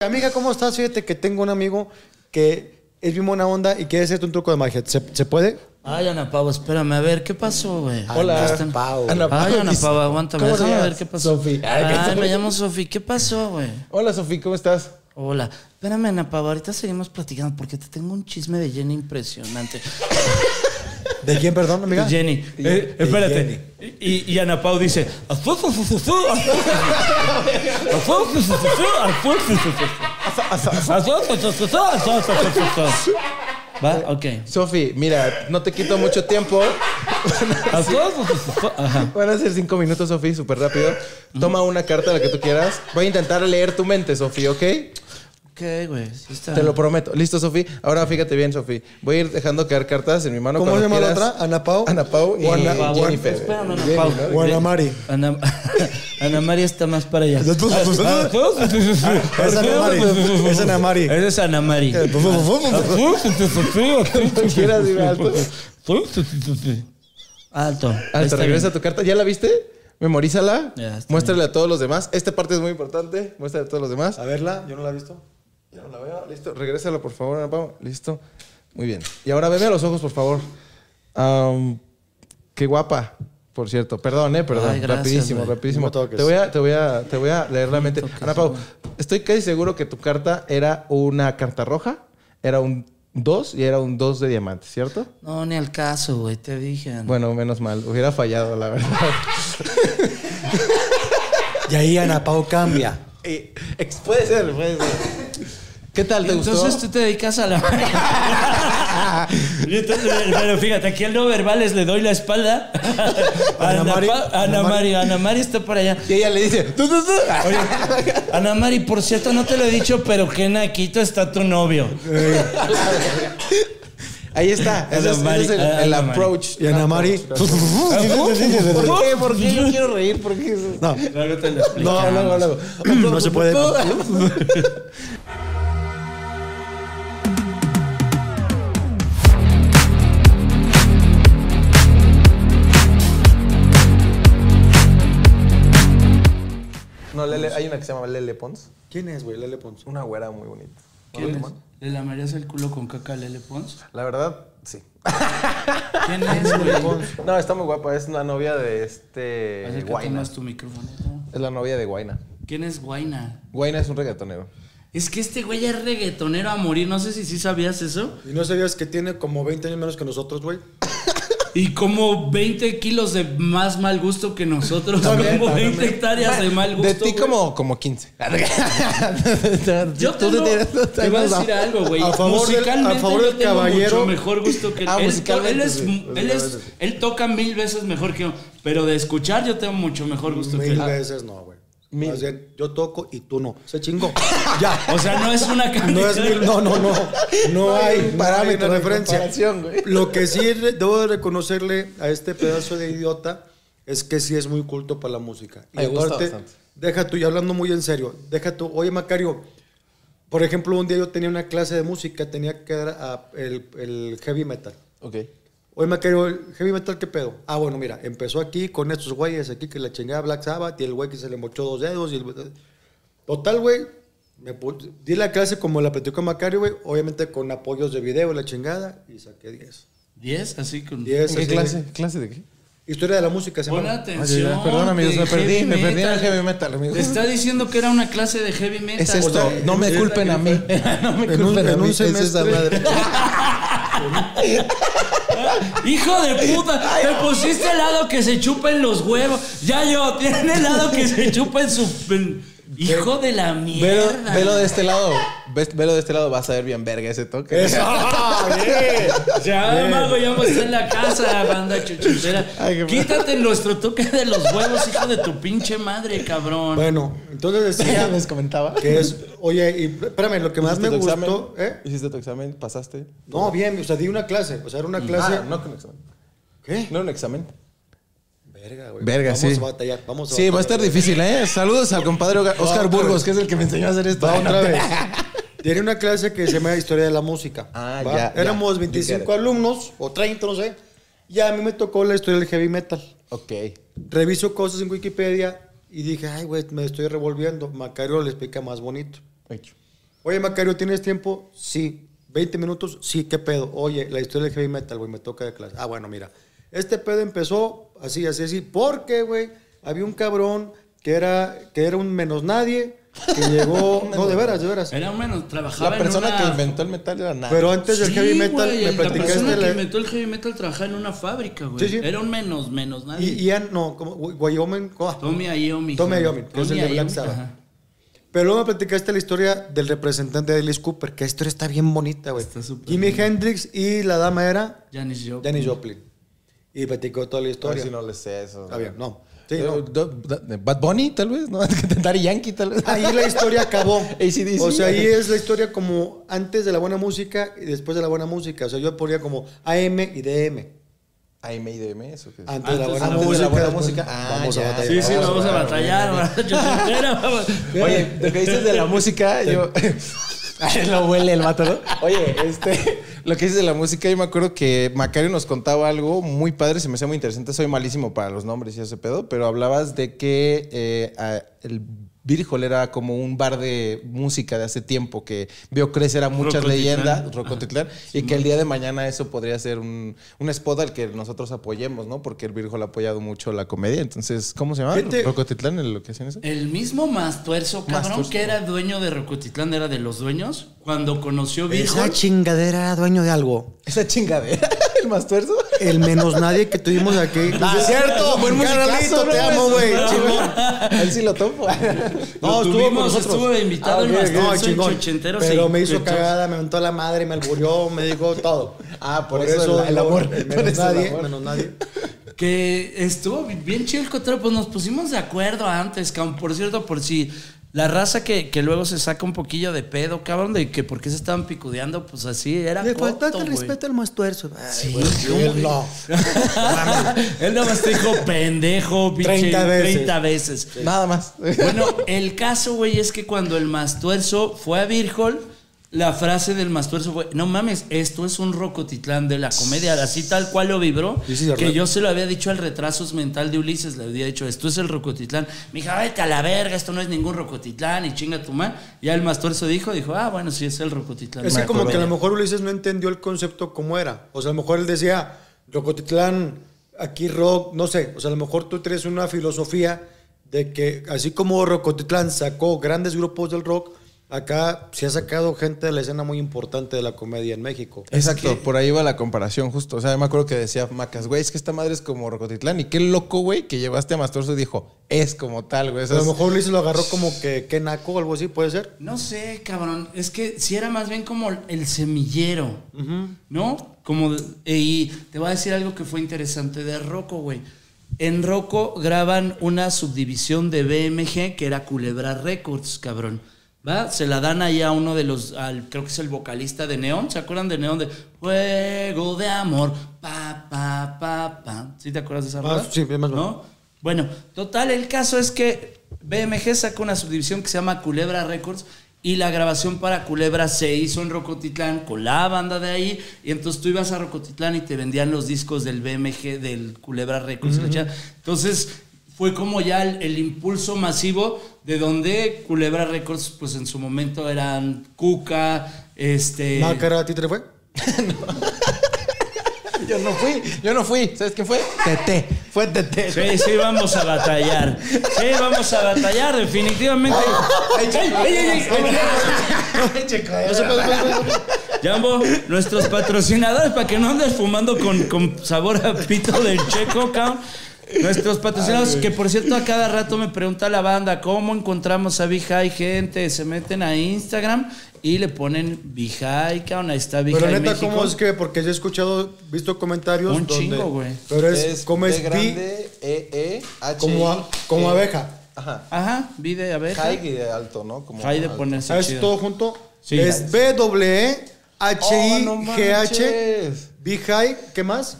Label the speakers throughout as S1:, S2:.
S1: Amiga, ¿cómo estás? Fíjate que tengo un amigo que es bien buena onda y quiere hacerte un truco de magia. ¿Se, se puede?
S2: Ay, Ana Pau, espérame, a ver, ¿qué pasó, güey?
S3: Hola,
S2: Aquí están-
S3: Pau.
S2: Ana Pau. Ay, Ana
S3: dice-
S2: Pau, aguántame,
S3: ¿Cómo te
S2: déjame
S3: llamas?
S2: ver qué pasó.
S3: Sofi. Ay, ¿qué
S2: Ay,
S3: tal?
S2: me llamo Sofi, ¿qué pasó, güey?
S3: Hola, Sofía, ¿cómo estás?
S2: Hola, espérame, Ana Pau, ahorita seguimos platicando porque te tengo un chisme de Jenny impresionante.
S1: ¿De quién, perdón,
S3: Ah.
S1: amiga?
S2: Jenny.
S4: Eh, espérate. Y, y Ana Pau dice. "Alfonso, su, su, su, Alfonso, su, su, su, Alfonso, su, su, su". Alfonso, su, su, su, Alfonso, su, su, su". ¿Va? Ok.
S3: Sofi, mira, no te quito mucho tiempo.
S4: Alfonso, su, su, su. Ajá.
S3: Van a ser cinco minutos, Sofi, súper rápido. Toma una carta, la que tú quieras. Voy a intentar leer tu mente, Sofi, ¿ok?
S2: Ok, güey, sí está.
S3: Te lo prometo. Listo, Sofi. Ahora fíjate bien, Sofi. Voy a ir dejando caer cartas en mi mano.
S1: ¿Cómo se
S3: cuando
S1: llama la
S3: quieras.
S1: otra? ¿Ana Pau?
S3: Ana Pau y
S1: O Ana- o-
S4: pues,
S3: Jennifer.
S2: Espérame, Ana
S3: Jenny,
S2: Pau.
S3: ¿no?
S1: O Ana Mari.
S2: Ana, Ana María está más para allá.
S1: Esa
S2: Ah,
S4: Es
S3: Ah,
S1: es Ana Mari. Es Ana Mari.
S4: Esa es Ana Mari.
S1: Pues,
S4: Alfonso, su, su, su, Alfonso, su,
S3: ¿Quieras ir alto?
S4: su, su, su, su.
S2: Alto.
S3: Alto,
S2: está bien.
S3: Ah, regresa tu carta. ¿Ya la viste? Memorízala.
S2: Ya, está
S3: Muéstrale a todos los demás. Esta parte es muy importante. Muéstrale a todos los demás.
S1: A verla, yo no la he visto.
S3: Ya no la veo. Listo, regrésala, por favor, Ana Pau. Listo. Muy bien. Y ahora veme a los ojos, por favor. Am, qué guapa, por cierto. Perdón, eh, perdón.
S2: Ay, gracias,
S3: rapidísimo,
S2: güey.
S1: No
S3: rapidísimo.
S1: me toques.
S3: Te voy, a, te, voy a, te voy a leer la mente. Ana Pau, estoy casi seguro que tu carta era una carta roja, era un 2 y era un 2 de diamante, ¿cierto?
S2: No, ni al caso, güey, te dije. Ana.
S3: Bueno, menos mal. Hubiera fallado, la verdad.
S1: Y ahí Ana Pau cambia.
S3: Eh, ex- puede ser, puede ser. ¿Qué tal?
S2: Y
S3: ¿Te
S2: Entonces
S3: gustó?
S2: tú te dedicas a la.
S4: Y entonces, pero fíjate, aquí al no verbales le doy la espalda.
S1: Ana
S4: Ana,
S1: Mari.
S4: Mari,
S1: Ana
S4: Ana
S1: Mari.
S4: Mari, Ana Mari está para allá.
S3: Y ella le dice... "Tú, tú, tú".
S4: Oye, Ana Mari, por cierto, no te lo he dicho, pero que en Aquito está tu novio.
S3: Ahí está. Ese es,
S4: Mari,
S3: ese es el,
S4: Ana
S3: el
S4: Mari.
S3: approach.
S1: Y Ana Mari.
S3: ¿Por qué? ¿Por qué? Yo quiero reír. ¿Por qué?
S1: No,
S4: Luego te lo explico.
S3: No, luego, luego.
S1: no se puede.
S3: No, Lele, hay una que se llama Lele Pons.
S1: ¿Quién es, güey? Lele Pons.
S3: Una güera muy bonita.
S2: ¿Quién es? ¿Le lamarías el culo con caca a Lele Pons?
S3: La verdad, sí.
S2: ¿Quién es, güey?
S3: No, está muy guapa. Es la novia de este.
S2: Acércate
S3: Guaina.
S2: más tu micrófono. ¿no?
S3: Es la novia de Guaina.
S2: ¿Quién es Guaina?
S3: Guaina es un reggaetonero.
S2: Es que este güey es reggaetonero a morir. No sé si sí sabías eso.
S1: ¿Y no sabías que tiene como 20 años menos que nosotros, güey?
S2: Y como 20 kilos de más mal gusto que nosotros.
S3: También,
S2: como
S3: también.
S2: 20 hectáreas de mal gusto.
S3: De ti
S2: güey.
S3: como, como 15.
S2: Yo te,
S3: Tú
S2: lo-
S3: tienes-
S2: te voy a decir algo, güey.
S1: A favor del-
S2: Musicalmente
S1: a favor
S2: yo
S1: del
S2: tengo
S1: caballero.
S2: mucho mejor gusto que él.
S3: Ah,
S2: él. to-
S3: musicalmente,
S2: Él, es,
S3: sí.
S2: él, es, él toca mil veces mejor que yo. Pero de escuchar yo tengo mucho mejor gusto que ah,
S1: Mil
S2: él.
S1: veces no, güey.
S3: Mil.
S1: Más bien, yo toco y tú no. Se chingó. ya.
S2: O sea, no es una canción.
S1: No es mil- no, no, no. No hay parámetro de
S3: ni
S1: referencia.
S3: comparación, güey.
S1: Lo que sí re- debo de reconocerle a este pedazo de idiota es que sí es muy culto para la música. Y
S3: Me gusta
S1: aparte,
S3: bastante.
S1: deja tú, y hablando muy en serio, deja tú, oye Macario, por ejemplo, un día yo tenía una clase de música, tenía que dar a- el- el heavy metal.
S3: Ok.
S1: Oye, me querido, el heavy metal, ¿qué pedo? Ah, bueno, mira, empezó aquí con estos güeyes aquí que la chingada Black Sabbath y el güey que se le mochó dos dedos y el... Total, güey, me pu- di la clase como la platicó Macario, güey, obviamente con apoyos de video y la chingada y saqué 10.
S2: 10, así con.
S1: 10.
S3: ¿En qué
S1: así
S3: clase?
S1: de-
S3: ¿Clase de qué?
S1: Historia de la música, se
S2: Pon
S1: llama.
S2: atención.
S3: Ah, sí, perdón, amigos,
S2: de
S3: me perdí,
S2: heavy
S3: me perdí en el
S2: metal.
S3: heavy metal, amigos.
S2: Te está diciendo que era una clase de heavy metal.
S3: Es esto. No me culpen a mí. No me
S1: En un-
S3: culpen a
S1: en
S3: mí.
S1: un
S3: es esa
S1: semestre.
S3: madre.
S2: Hijo de puta, te pusiste al lado que se chupen los huevos. Ya yo, tiene el lado que se chupen su. en- Hijo de la
S3: Velo,
S2: mierda.
S3: velo de este lado. Ves- velo de este lado. Vas a ver bien verga ese toque.
S1: ah,
S2: Ya, mago, ya vamos a estar en la casa, banda chuchitera.
S3: Ay, qué
S2: Quítate nuestro toque de los huevos, hijo de tu pinche madre, cabrón.
S1: Bueno, entonces
S3: Ya
S1: decía
S3: les comentaba.
S1: que es, oye, y espérame, lo que más me
S3: ¿Hiciste tu
S1: gustó,
S3: examen?
S1: ¿eh?
S3: ¿Hiciste tu examen? ¿Pasaste?
S1: No, bien, o sea, di una clase, o sea, era una clase...
S3: Ah, no con examen.
S1: ¿Qué?
S3: No un examen.
S1: Verga, güey.
S3: Verga,
S1: vamos
S3: sí.
S1: a batallar, vamos a
S3: Sí, va a
S1: batallar.
S3: estar difícil, ¿eh? Saludos al compadre Oga- Oscar
S1: otra
S3: Burgos,
S1: vez.
S3: que es el que me enseñó a hacer esto.
S1: Va otra vez. Tiene una clase que se llama Historia de la Música.
S3: Ah,
S1: ¿va?
S3: ya, ya.
S1: Éramos
S3: You
S1: 25
S3: get it.
S1: alumnos, o 30, no sé. Y a mí me tocó la historia del heavy metal.
S3: Ok.
S1: Reviso cosas en Wikipedia y dije, ay, güey, me estoy revolviendo. Macario le explica más bonito. Oye, Macario, ¿tienes tiempo? Sí. ¿20 minutos? Sí, ¿qué pedo? Oye, la historia del heavy metal, güey, me toca de clase. Ah, bueno, mira. Este pedo empezó así, así, así. Porque, güey, había un cabrón que era, que era un menos nadie, que llegó... no, de veras, de veras.
S2: Era menos, trabajaba
S3: La persona
S2: en
S3: que
S2: una...
S3: inventó el metal era nada.
S1: Pero antes del
S2: Sí,
S1: heavy metal
S2: güey,
S1: me
S2: la persona
S1: platicaste...
S2: que
S1: La,
S2: inventó el heavy metal trabajaba en una fábrica, güey.
S1: Sí, sí.
S2: Era un menos, menos, nadie.
S1: y, Ian, no, como Wyoming... ah. ¿cómo?
S2: Tommy Iommi.
S1: Tommy
S2: güey.
S1: Iommi, que es el
S2: Tommy
S1: de Black
S2: Iommi,
S1: Sabbath.
S2: ajá.
S1: Pero luego me platicaste la historia del representante de Alice Cooper, que la historia está bien bonita, güey.
S2: Está súper
S1: Jimi Hendrix y la dama era
S2: Janis Joplin.
S1: Janis Joplin. Y platicó toda la
S3: A ver
S1: historia.
S3: si no le sé eso.
S1: Está bien, no. Sí,
S3: Eh,
S1: no.
S3: do- da- de Bad Bunny, tal vez, ¿no? Daddy Yankee, tal vez.
S1: Ahí la historia acabó.
S3: AC/DC.
S1: O sea, ahí es la historia como antes de la buena música y después de la buena música. O sea, yo ponía como AM y DM.
S3: Ay, me eso. ¿qué?
S1: Antes, de la buena
S3: antes de
S1: música.
S3: la buena
S1: después
S3: música. Ah,
S1: vamos
S3: ya.
S1: a batallar.
S2: Sí, sí,
S3: Vamos a
S2: vamos a
S3: jugar,
S2: batallar, ¿verdad?
S3: Oye, lo que dices de la música, yo. Ay, lo huele el vato, ¿no? Oye, este. Lo que dices de la música, yo me acuerdo que Macario nos contaba algo muy padre, se me hacía muy interesante. Soy malísimo para los nombres y ese pedo, pero hablabas de que eh, a- el Virgol era como un bar de música de hace tiempo que vio crecer a muchas
S2: Rocotitlán.
S3: leyendas, Rocotitlán, y que el día de mañana eso podría ser un, un spot al que nosotros apoyemos, ¿no? Porque el Virgol ha apoyado mucho la comedia. Entonces, ¿cómo se llama?
S1: Gente-
S3: ¿Rocotitlán, el- lo que hacían eso?
S2: El mismo Mastuerzo, cabrón, que era dueño de Rocotitlán, era de los dueños, cuando conoció Virgo.
S1: Esa chingadera era dueño de algo.
S3: Esa chingadera, el más tuerzo.
S1: El menos nadie que tuvimos aquí.
S3: Ah, cierto, buen musicazo,
S1: Carnalito,
S3: ¿no?
S1: te amo, güey. Chingón.
S3: Él sí lo topo.
S1: No, estuvo con
S2: tuvimos,
S1: nosotros. Ah,
S2: estuvo de invitado el Mastuerzo,
S1: No,
S2: el
S1: chingón.
S2: Chuchentero,
S1: Pero
S2: sí.
S1: me hizo
S2: Entonces,
S1: cagada, me aventó la madre, me alburió, me dijo todo.
S3: Ah, por eso el- el amor.
S1: Menos
S3: Por eso el
S1: nadie,
S3: amor.
S1: menos nadie.
S2: Que estuvo bien chido el cotorreo, pues nos pusimos de acuerdo antes, cabrón. Por cierto, por si la raza que, que luego se saca un poquillo de pedo, cabrón, de que por qué se estaban picudeando, pues así era.
S1: Le
S2: coto,
S1: faltaste el
S2: güey.
S1: respeto al mastuerzo.
S2: Sí,
S1: güey,
S2: sí, güey.
S1: no.
S2: Él nada más te dijo pendejo, pinche, 30
S1: 30
S2: veces.
S1: veces.
S3: Nada más.
S2: Bueno, el caso, güey, es que cuando el Mastuerzo fue a Virgol, la frase del Mastuerzo fue, no mames, esto es un rocotitlán de la comedia, así tal cual lo vibró,
S1: Sí, sí, de
S2: que
S1: verdad.
S2: yo se lo había dicho al retrasos mental de Ulises, le había dicho, esto es el rocotitlán. Me dijo, vete a la verga, esto no es ningún rocotitlán, y chinga tu madre. Ya el Mastuerzo dijo, dijo, ah, bueno, sí es el rocotitlán.
S1: Es que
S2: Me
S1: como
S2: acordé.
S1: que a lo mejor Ulises no entendió el concepto como era. O sea, a lo mejor él decía, Rocotitlán, aquí rock, no sé. O sea, a lo mejor tú traes una filosofía de que así como Rocotitlán sacó grandes grupos del rock, acá se ha sacado gente de la escena muy importante de la comedia en México.
S3: Exacto, por ahí va la comparación, justo. O sea, me acuerdo que decía Macas, güey, es que esta madre es como Rocotitlán. Y qué loco, güey, que llevaste a Mastorzo y dijo, es como tal, güey. O
S1: A
S3: sea,
S1: lo
S3: es-
S1: mejor Ulises lo agarró como que, que naco o algo así, puede ser.
S2: No sé, cabrón. Es que si era más bien como el semillero, ¿no? Como de- eh, y te voy a decir algo que fue interesante de Rocco, güey. En Rocco graban una subdivisión de BMG que era Culebra Records, cabrón. ¿Va? Se la dan ahí a uno de los, al, creo que es el vocalista de Neón. ¿Se acuerdan de Neón? De Juego de Amor, pa, pa, pa, pa. ¿Sí te acuerdas de esa
S1: Ah,
S2: rola?
S1: sí, más o menos.
S2: ¿No? Bueno, total, el caso es que BMG sacó una subdivisión que se llama Culebra Records y la grabación para Culebra se hizo en Rocotitlán con la banda de ahí y entonces tú ibas a Rocotitlán y te vendían los discos del BMG, del Culebra Records. la chingada. Entonces fue como ya el, el impulso masivo de donde Culebra Records, pues en su momento eran Cuca, este...
S1: Mácara, títere fue.
S3: yo no fui, yo no fui. ¿Sabes quién fue? Tete. Fue Tete.
S2: Sí, sí, vamos a batallar. Sí, vamos a batallar, definitivamente. ¡Ay, ay, ay, ay, Jambo, nuestros patrocinadores, para que no andes fumando con, con sabor a pito del checo, cabrón. Nuestros patrocinadores, que por cierto a cada rato me pregunta la banda, ¿cómo encontramos a Vijay, gente? Se meten a Instagram y le ponen Vijay, cabrón, ahí está Vijay
S1: Pero neta,
S2: México.
S1: ¿cómo es que? Porque yo he escuchado, visto comentarios.
S2: Un
S1: donde-
S2: chingo, güey.
S1: Pero es, como es
S3: B
S1: vi,
S3: grande, E, E, H,
S1: como,
S3: I,
S1: a- como
S3: E.
S1: abeja.
S3: Ajá.
S2: Ajá, vi de abeja.
S3: High y de alto, ¿no? Como
S2: Jai de
S3: alto.
S2: ponerse
S1: ¿Sabes
S2: chido.
S1: todo junto?
S2: Sí.
S1: Es B W E H
S3: Oh,
S1: I
S3: no
S1: G H
S3: manches.
S1: B High, ¿qué más?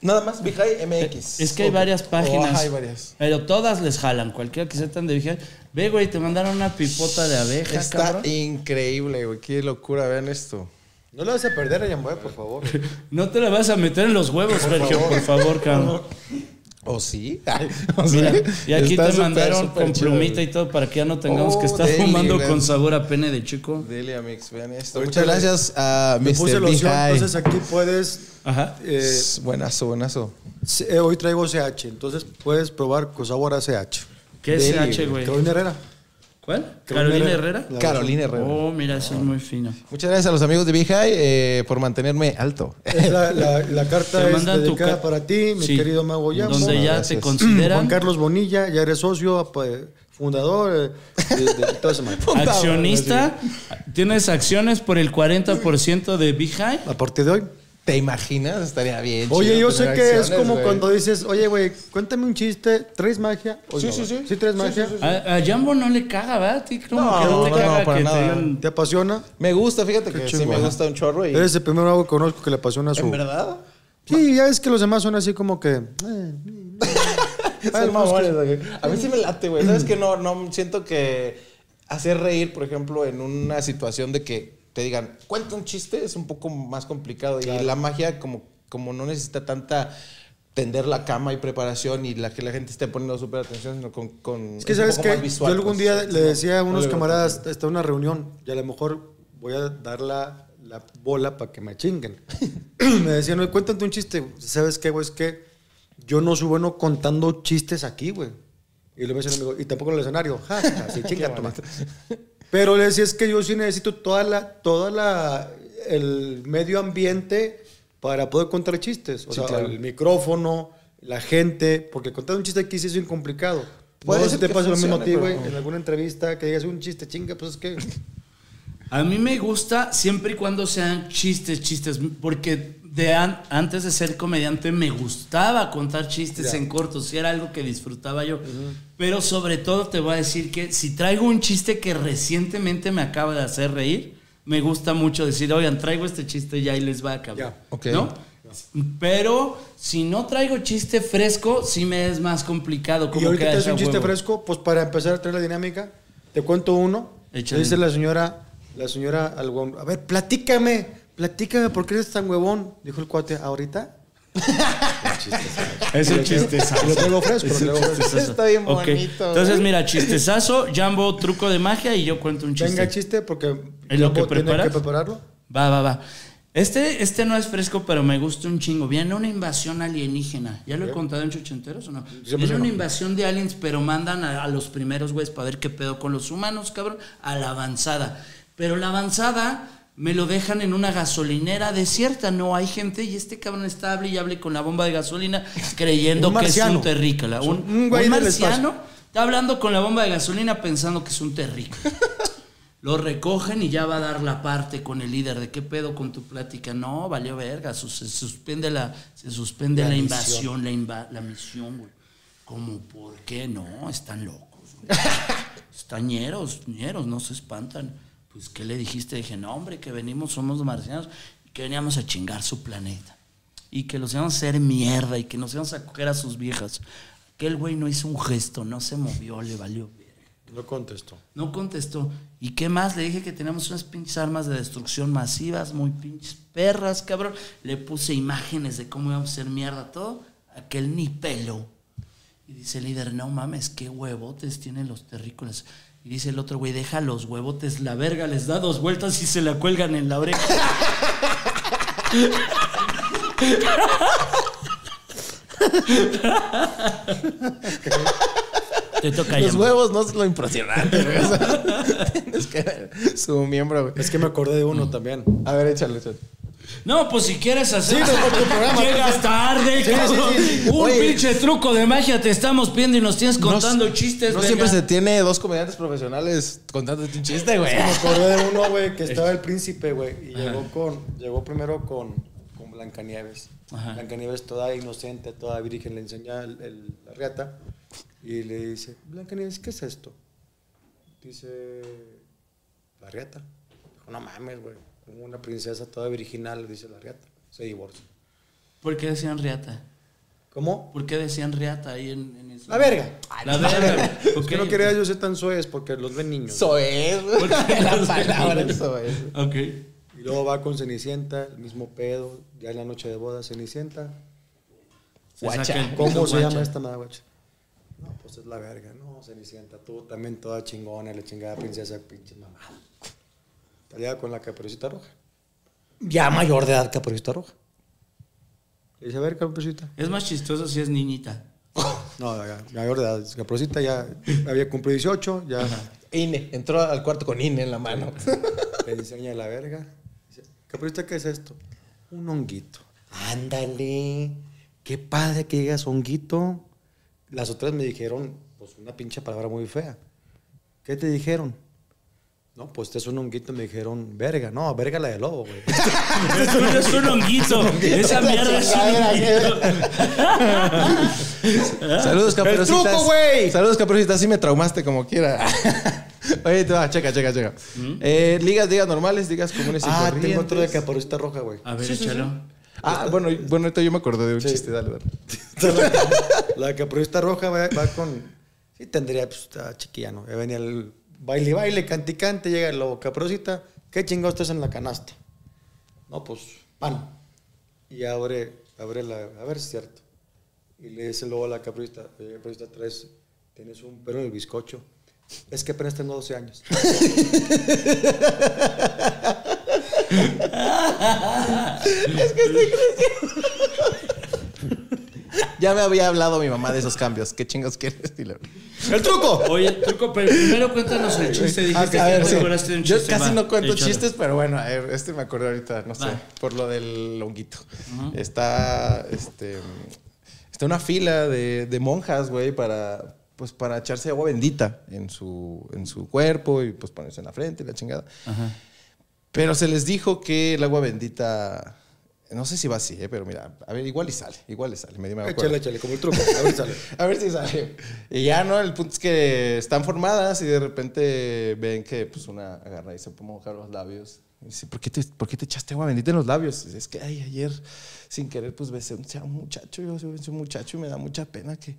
S3: Nada más, Vijay MX.
S2: Es que hay
S3: Ok.
S2: varias páginas.
S3: Oh, hay varias.
S2: Pero todas les jalan, cualquiera que sea tan de vigilar. Ve, güey, te mandaron una pipota de abeja,
S3: Está
S2: cabrón.
S3: increíble, güey. Qué locura, vean esto.
S1: No lo vas a perder a por favor.
S2: No te la vas a meter en los huevos, Sergio, por favor, cabrón.
S3: ¿O sí? Ay, o sea,
S2: Mira, y aquí
S3: está
S2: te
S3: súper,
S2: mandaron
S3: súper
S2: con
S3: chido,
S2: plumita
S3: güey.
S2: y todo para que ya no tengamos
S3: Oh,
S2: que estar
S3: deli,
S2: fumando
S3: güey.
S2: con sabor a pene de chico.
S3: Dele, Amix, vean esto.
S1: Ahorita
S3: Muchas
S1: le-
S3: gracias a
S1: Me puse
S3: Mr.
S1: loción, pues, entonces
S3: Beehive.
S1: aquí puedes.
S2: Ajá.
S1: eh,
S3: Buenazo, buenazo.
S1: sí, eh, hoy traigo CH, entonces puedes probar con sabor a CH.
S2: ¿Qué es
S3: Deli,
S2: CH, güey?
S1: Carolina Herrera.
S2: ¿Cuál? ¿Carolina Herrera?
S1: La
S3: Carolina Herrera.
S2: Oh, mira, eso es muy fino.
S3: Muchas gracias a los amigos de Beehive eh, por mantenerme alto.
S1: Es la, la- la carta
S2: Te
S1: es
S2: mandan tu
S1: dedicada
S2: ca-
S1: para ti, mi
S2: Sí.
S1: querido Mago Llamo.
S2: Donde ya
S3: Gracias.
S2: te
S1: Juan
S2: consideran
S1: Carlos Bonilla, ya eres socio, pa- fundador, eh, de, de toda esa madre.
S2: accionista. Tienes acciones por el 40% de Beehive.
S1: A partir de hoy.
S3: ¿Te imaginas? Estaría bien.
S1: Oye,
S3: chido
S1: yo sé
S3: tener
S1: que es
S3: acciones,
S1: como
S3: güey.
S1: cuando dices, oye, güey, cuéntame un chiste, ¿traes magia? Hoy
S3: Sí,
S1: no,
S3: sí,
S1: güey.
S3: sí.
S1: ¿Sí traes magia?
S2: A, a Jambo no le caga, ¿verdad? A ti como
S3: No,
S2: que no te
S3: no,
S2: caga
S3: no, para
S2: que te
S3: nada.
S2: digan-
S1: ¿Te apasiona?
S3: Me gusta, fíjate que sí
S1: chingón.
S3: me gusta un chorro y...
S1: Eres el primer mago que conozco que le apasiona su...
S3: ¿En verdad?
S1: Sí, ya es que los demás son así como que... eh,
S3: Son
S1: pues
S3: mamones, güey. A mí sí me late, güey. ¿Sabes que No, no siento que hacer reír, por ejemplo, en una situación de que te digan, cuenta un chiste, es un poco más complicado. Y la magia, como, como no necesita tanta tender la cama y preparación y la que la gente esté poniendo súper atención, sino con, con
S1: Es que,
S3: un
S1: ¿sabes
S3: poco
S1: qué?
S3: más visual,
S1: Yo algún
S3: pues,
S1: día
S3: ¿sabes?
S1: le
S3: No-
S1: decía a
S3: no
S1: unos
S3: le veo
S1: camaradas, está una reunión, y a lo mejor voy a dar la, la bola para que me chinguen. me decían, "Oye, cuéntate un chiste. ¿Sabes qué, güey? Es que yo no soy bueno contando chistes aquí, güey. Y lo me decía un amigo, y tampoco en el escenario. Ja, ja, sí, chinga, toma. Pero le decía, es que yo sí necesito toda la, toda la, el medio ambiente para poder contar chistes. O
S3: Sí,
S1: sea,
S3: claro.
S1: el micrófono, la gente, porque contar un chiste aquí sí es bien complicado.
S3: Puede
S1: No,
S3: ser
S1: si te
S3: que
S1: pasa lo mismo a
S3: funcione,
S1: ti, güey,
S3: pero-
S1: en alguna entrevista que digas un chiste chinga, pues es que...
S2: A mí me gusta siempre y cuando sean chistes, chistes, porque de an- antes de ser comediante me gustaba contar chistes
S1: Ya.
S2: en cortos y era algo que disfrutaba yo. Pero sobre todo te voy a decir que si traigo un chiste que recientemente me acaba de hacer reír, me gusta mucho decir, oigan, traigo este chiste ya y les va a acabar.
S1: Ya,
S3: ok.
S2: ¿No? Pero si no traigo chiste fresco, sí me es más complicado.
S1: Y
S2: como que
S1: ahorita te
S2: a
S1: hace un
S2: huevo.
S1: chiste fresco, pues para empezar a traer la dinámica, te cuento uno.
S2: Échale.
S1: Dice la señora, la señora Algón, a ver, platícame, platícame, ¿por qué eres tan huevón? Dijo el cuate, ¿ahorita?
S2: Es un chiste.
S1: Lo traigo fresco, lo traigo fresco.
S3: Ese está bien
S2: Ok,
S3: bonito, ¿eh?
S2: Entonces,
S3: güey.
S2: mira, chistezazo, Jambo, truco de magia y yo cuento un chiste.
S1: Venga, chiste, porque
S2: ¿Es lo que
S1: luego tiene
S2: preparas?
S1: que prepararlo.
S2: Va, va, va. Este, este no es fresco, pero me gusta un chingo. Viene una invasión alienígena. ¿Ya lo he contado en Chochenteros o no? Viene una invasión de aliens, pero mandan a, a los primeros güeyes para ver qué pedo con los humanos, cabrón, a la avanzada. Pero la avanzada me lo dejan en una gasolinera desierta, no hay gente y este cabrón está hable y hable con la bomba de gasolina creyendo
S1: Un
S2: que es
S1: marciano.
S2: un terrícola. Un,
S1: Un güey
S2: un
S1: del espacio.
S2: marciano está hablando con la bomba de gasolina pensando que es un terrícola. Lo recogen y ya va a dar la parte con el líder de qué pedo con tu plática. No, valió verga, su- se suspende la, se suspende la, invasión, la, inva- la misión, güey. Como, ¿por qué no? Están locos, güey. Están ñeros, ñeros, no se espantan. Pues, ¿qué le dijiste? Dije, no, hombre, que venimos, somos marcianos, que veníamos a chingar su planeta. Y que los íbamos a hacer mierda y que nos íbamos a coger a sus viejas. Aquel güey no hizo un gesto, no se movió, le valió verga.
S1: No contesto.
S2: No contestó. ¿Y qué más? Le dije que teníamos unas pinches armas de destrucción masivas, muy pinches perras, cabrón. Le puse imágenes de cómo íbamos a hacer mierda todo. Aquel ni pelo. Y dice el líder, no mames, qué huevotes tienen los terrícolas. Y dice el otro güey, deja los huevotes, la verga les da dos vueltas y se la cuelgan en la oreja. Te toca
S3: Los
S2: Jambo.
S3: huevos no es lo impresionante, güey. O sea, Tienes pues, que ver su miembro, güey. Mm.
S1: Es que me acordé de uno también.
S3: A ver, échale, échale.
S2: No, pues si quieres hacer
S1: Sí, no, por tu programa.
S2: llegas tarde, cabrón.
S1: sí, sí.
S2: Un
S3: Oye.
S2: pinche truco de magia te estamos pidiendo y nos tienes contando
S3: No-
S2: chistes.
S3: No
S2: verga.
S3: siempre se tiene dos comediantes profesionales contándote un chiste, güey.
S1: Me acordé de uno, güey, que estaba el príncipe, güey, y llegó con, llegó primero con, con Blancanieves.
S2: Ajá.
S1: Blancanieves toda inocente, toda virgen, le enseña el, el- la reata y le dice, Blancanieves, ¿qué es esto? Dice, la reata. Dijo, no mames, güey, como una princesa toda virginal, dice la reata. Se divorcia.
S2: ¿Por qué decían riata?
S1: ¿Cómo?
S2: ¿Por qué decían riata ahí en, en eso?
S1: La verga.
S2: La verga. güey.
S1: Es que
S2: Ok.
S1: no quería yo ser tan soez porque los ven niños.
S3: Soez, güey. La palabra soez.
S2: Ok.
S1: Y luego va con Cenicienta, el mismo pedo, ya en la noche de boda, Cenicienta.
S2: saca el
S1: ¿Cómo
S2: piso,
S1: se llama
S2: guacha.
S1: esta madre, guacha? No, pues es la verga. No, Cenicienta, tú también toda chingona, la chingada princesa, pinche mamada. Estaría con la caperucita roja. Ya mayor de edad, caperucita roja. Le dice, a ver, caperucita.
S2: Es más chistoso si es niñita.
S1: No, ya, mayor de edad. Caperucita ya había cumplido 18, ya
S3: INE. Entró al cuarto con INE en la mano.
S1: le diseña la verga. Dice, Caperucita, ¿qué es esto? Un honguito. Ándale. Qué padre que digas honguito. Las otras me dijeron, pues una pinche palabra muy fea. ¿Qué te dijeron? No, pues este es un honguito. Me dijeron, verga. No, verga la de lobo, güey.
S4: Esto es un honguito. Esa mierda es un honguito.
S3: Saludos, caperucitas.
S1: truco, güey!
S3: Saludos, caperucitas. Sí me traumaste como quiera. Oye, te va, checa, checa, checa. Eh, ligas, ligas normales, ligas comunes y
S1: ah,
S3: corrientes.
S1: tengo otro de caperucita roja, güey.
S2: A ver, échalo.
S3: Ah, bueno, y- bueno, ahorita yo me acordé de un chiste, dale, dale.
S1: La caperucita roja va, va con. Sí, tendría, pues, está chiquilla, ¿no? Ya venía el baile, y baile, cante, y cante, llega el lobo. Caperucita, ¿qué chingados estás en la canasta? No, pues, pan. Y abre, abre la. A ver, es cierto. Y le dice luego a la caperucita, oye, caperucita, traes, tienes un pelo en el bizcocho. Es que apenas tengo 12 años.
S3: Ya me había hablado mi mamá de esos cambios. ¿Qué chingos quieres? Dile.
S1: ¡El truco!
S2: Oye, Turco, pero primero cuéntanos el chiste. Dijiste
S3: Ah, A
S2: que
S3: ver,
S2: te
S3: sí.
S2: acordaste de un
S3: Yo
S2: chiste.
S3: casi
S2: Va,
S3: no cuento
S2: échalo.
S3: chistes, pero bueno, a ver, este me acordé ahorita, no sé,
S2: Va.
S3: por lo del honguito. Está, este, está una fila de, de monjas, güey, para, pues, para echarse agua bendita en su, en su cuerpo y pues ponerse en la frente y la chingada. Pero se les dijo que el agua bendita, no sé si va así, eh, pero mira, a ver, igual y sale, igual y sale. Me, di- me acuerdo.
S1: Échale, échale, como el truco. A ver, sale.
S3: A ver si sale. Y ya, ¿no? El punto es que están formadas y de repente ven que pues una agarra y se pone a mojar los labios. Y dice, ¿por qué, te, ¿por qué te echaste agua bendita en los labios? Y dice, es que ay, ayer sin querer pues besé un- a un muchacho, yo soy un muchacho y me da mucha pena que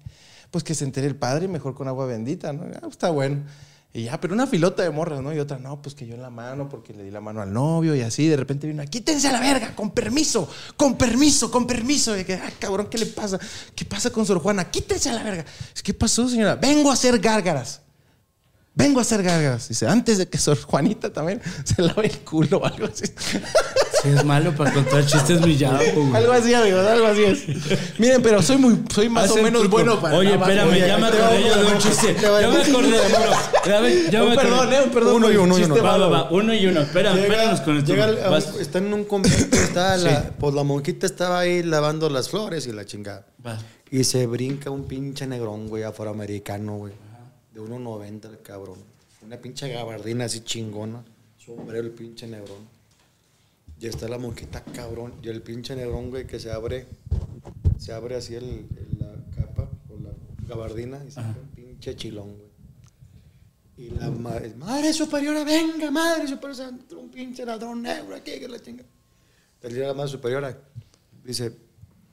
S3: pues que se entere el padre mejor con agua bendita, ¿no? Ah, pues, está bueno. Y ya, pero una filota de morras, ¿no? Y otra, no, pues que yo en la mano, porque le di la mano al novio y así. De repente vino, quítense a la verga, con permiso, con permiso, con permiso. Y que, ah, cabrón, ¿qué le pasa? ¿Qué pasa con Sor Juana? Quítense a la verga. ¿Qué pasó, señora? Vengo a hacer gárgaras. Vengo a hacer gárgaras. Dice, antes de que Sor Juanita también se lave el culo o algo así.
S2: Sí, es malo para contar chistes muy llavo, güey.
S3: algo así, amigos, algo así es. Miren, pero soy muy, soy más
S2: Hacen
S3: o menos
S2: truco.
S3: bueno para.
S4: Oye,
S3: nada más.
S4: espérame, ya me
S3: ahí te va
S4: acordé yo
S3: uno de
S4: de un
S3: monjas.
S4: chiste.
S3: Te va
S4: Ya
S3: el-
S4: me acordé de uno. Ya me- ya me
S3: Un
S4: acordé.
S3: perdón, eh, un perdón.
S1: Uno
S3: por
S1: y
S3: el
S1: uno y uno.
S3: chiste
S1: Va,
S2: Va, va,
S3: malo.
S2: va, uno y uno. Espera, espéranos con el
S1: llega
S2: turno.
S1: a un-
S2: Vas,
S1: está en un convento, está la, pues la monjita estaba ahí lavando las flores y la chingada.
S2: va.
S1: Y se brinca un pinche negrón, güey, afroamericano, güey. De 1.90 el cabrón. Una pinche gabardina así chingona. Sombrero el pinche negrón. Y está la monjita cabrón. Y el pinche negrón, güey, que se abre. Se abre así el, el- la capa o la gabardina y saca un pinche chilón, güey. Y la madre, madre superiora, venga, madre superiora, entró un pinche ladrón negro aquí, que la chinga. Le dice a la madre superiora, dice,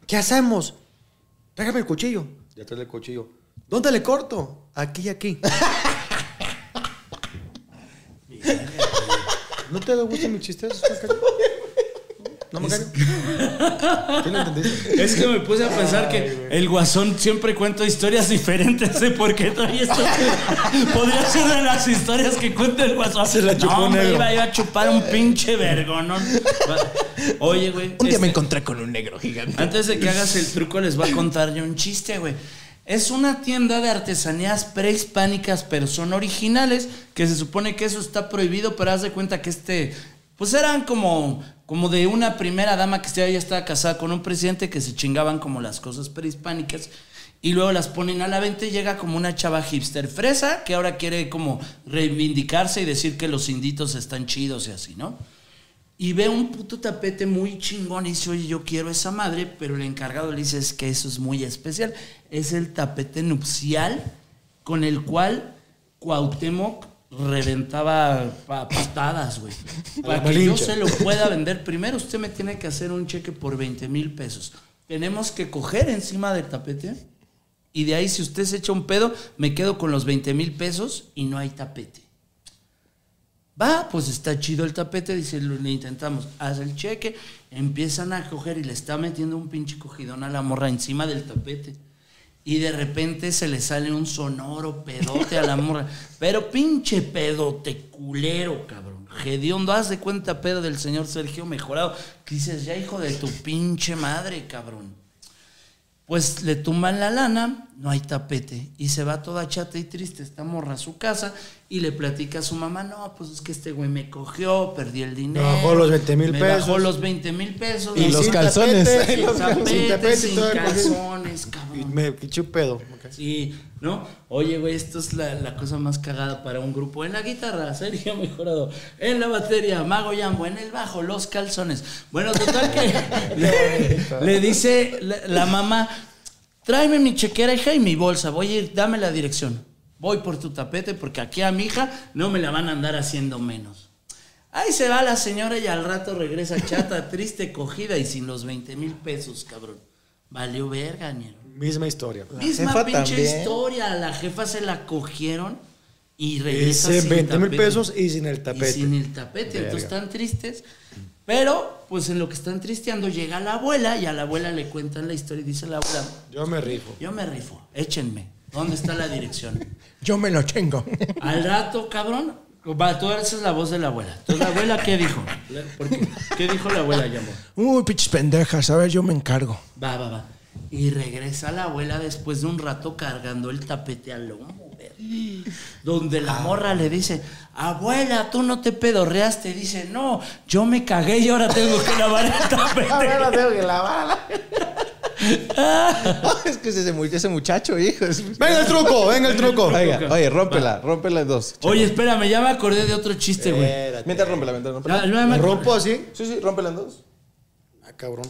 S1: ¿qué hacemos? Tráigame el cuchillo. Ya trae el cuchillo. ¿Dónde le corto? Aquí y aquí. ¿No te gustan mis chistes? Macario? No, Macario. ¿Qué no entendiste?
S2: Es que me puse a pensar que el guasón siempre cuenta historias diferentes de por qué trae esto. Podría ser de las historias que cuenta el guasón.
S1: Se la chupó
S2: no, hombre,
S1: negro.
S2: iba yo a chupar un pinche vergonón. Va. Oye, güey.
S3: Un día
S2: este-
S3: me encontré con un negro gigante.
S2: Antes de que hagas el truco, les voy a contar yo un chiste, güey. Es una tienda de artesanías prehispánicas, pero son originales, que se supone que eso está prohibido, pero haz de cuenta que este. Pues eran como, como de una primera dama que ya estaba casada con un presidente que se chingaban como las cosas prehispánicas. Y luego las ponen a la venta y llega como una chava hipster fresa que ahora quiere como reivindicarse y decir que los inditos están chidos y así, ¿no? Y ve un puto tapete muy chingón y dice, oye, yo quiero esa madre, pero el encargado le dice, es que eso es muy especial. Es el tapete nupcial con el cual Cuauhtémoc reventaba pa- patadas, güey.
S1: la
S2: Para que yo
S1: Malinche.
S2: se lo pueda vender primero, usted me tiene que hacer un cheque por 20 mil pesos. Tenemos que coger encima del tapete y de ahí si usted se echa un pedo, me quedo con los 20 mil pesos y no hay tapete. Va, pues está chido el tapete, dice, lo le intentamos. Haz el cheque, empiezan a coger y le está metiendo un pinche cogidón a la morra encima del tapete. Y de repente se le sale un sonoro pedote a la morra. Pero pinche pedote culero, cabrón. Gediondo, haz de cuenta pedo del señor Sergio Mejorado. Que dices, ya hijo de tu pinche madre, cabrón. Pues le tumban la lana, no hay tapete. Y se va toda chata y triste esta morra a su casa y le platica a su mamá, no, pues es que este güey me cogió, perdí el dinero.
S1: Me bajó los 20 mil
S2: me
S1: pesos.
S2: bajó los 20 mil pesos.
S3: Y
S2: me
S3: los
S1: sin
S3: calzones.
S1: tapete,
S3: Y
S2: sin
S1: los- sin
S2: tapete,
S1: tapete y
S2: sin
S1: todo el-
S2: calzones,
S1: Y
S2: cabrón.
S1: me pinche pedo.
S2: Sí, ¿no? Oye, güey, esto es la, la cosa más cagada para un grupo. En la guitarra, Sergio Mejorado. En la batería, Mago Yango. En el bajo, los calzones. Bueno, total que le, le dice la, la mamá, tráeme mi chequera, hija, y mi bolsa. Voy a ir, dame la dirección. Voy por tu tapete porque aquí a mi hija no me la van a andar haciendo menos. Ahí se va la señora y al rato regresa chata, triste, cogida y sin los 20 mil pesos, cabrón. Valió verga, ñero.
S1: Misma historia.
S2: Misma
S3: jefa
S2: pinche
S3: también.
S2: historia. A la jefa se la cogieron y regresa
S1: Ese
S2: sin
S1: 20 mil
S2: tapete.
S1: pesos y sin el
S2: Y
S1: tapete.
S2: sin el tapete. Entonces
S1: Verga.
S2: están tristes. Pero, pues en lo que están tristeando, llega la abuela y a la abuela le cuentan la historia y dice la abuela,
S1: Yo me rifo.
S2: yo me rifo, échenme. ¿Dónde está la dirección?
S3: Yo me lo chengo.
S2: Al rato, cabrón, va, tú eres la voz de la abuela. Entonces, ¿la abuela qué dijo? La- ¿Por qué? ¿Qué dijo la abuela, Yamo?
S3: Uy, pinches pendejas, a ver, yo me encargo.
S2: Va, va, va. Y regresa la abuela después de un rato cargando el tapete al lomo, ver. Donde
S1: Ah.
S2: la morra le dice, abuela, tú no te pedorreaste. Dice, no, yo me cagué y ahora tengo que lavar el tapete.
S3: la tengo que lavarla. es que es ese, mu- ese muchacho, hijo. es-
S1: Venga el truco, venga el truco.
S3: Oiga, oye, rómpela, rómpela en dos.
S2: Oye, espérame, ya me acordé de otro chiste, güey.
S1: Espérate.
S3: Mientras rómpela, mientras
S2: Ya,
S3: rómpela.
S2: ya me
S1: ¿Me
S2: acordé.
S1: rompo así?
S3: Sí, sí, rómpela en dos.
S1: Ah, cabrón.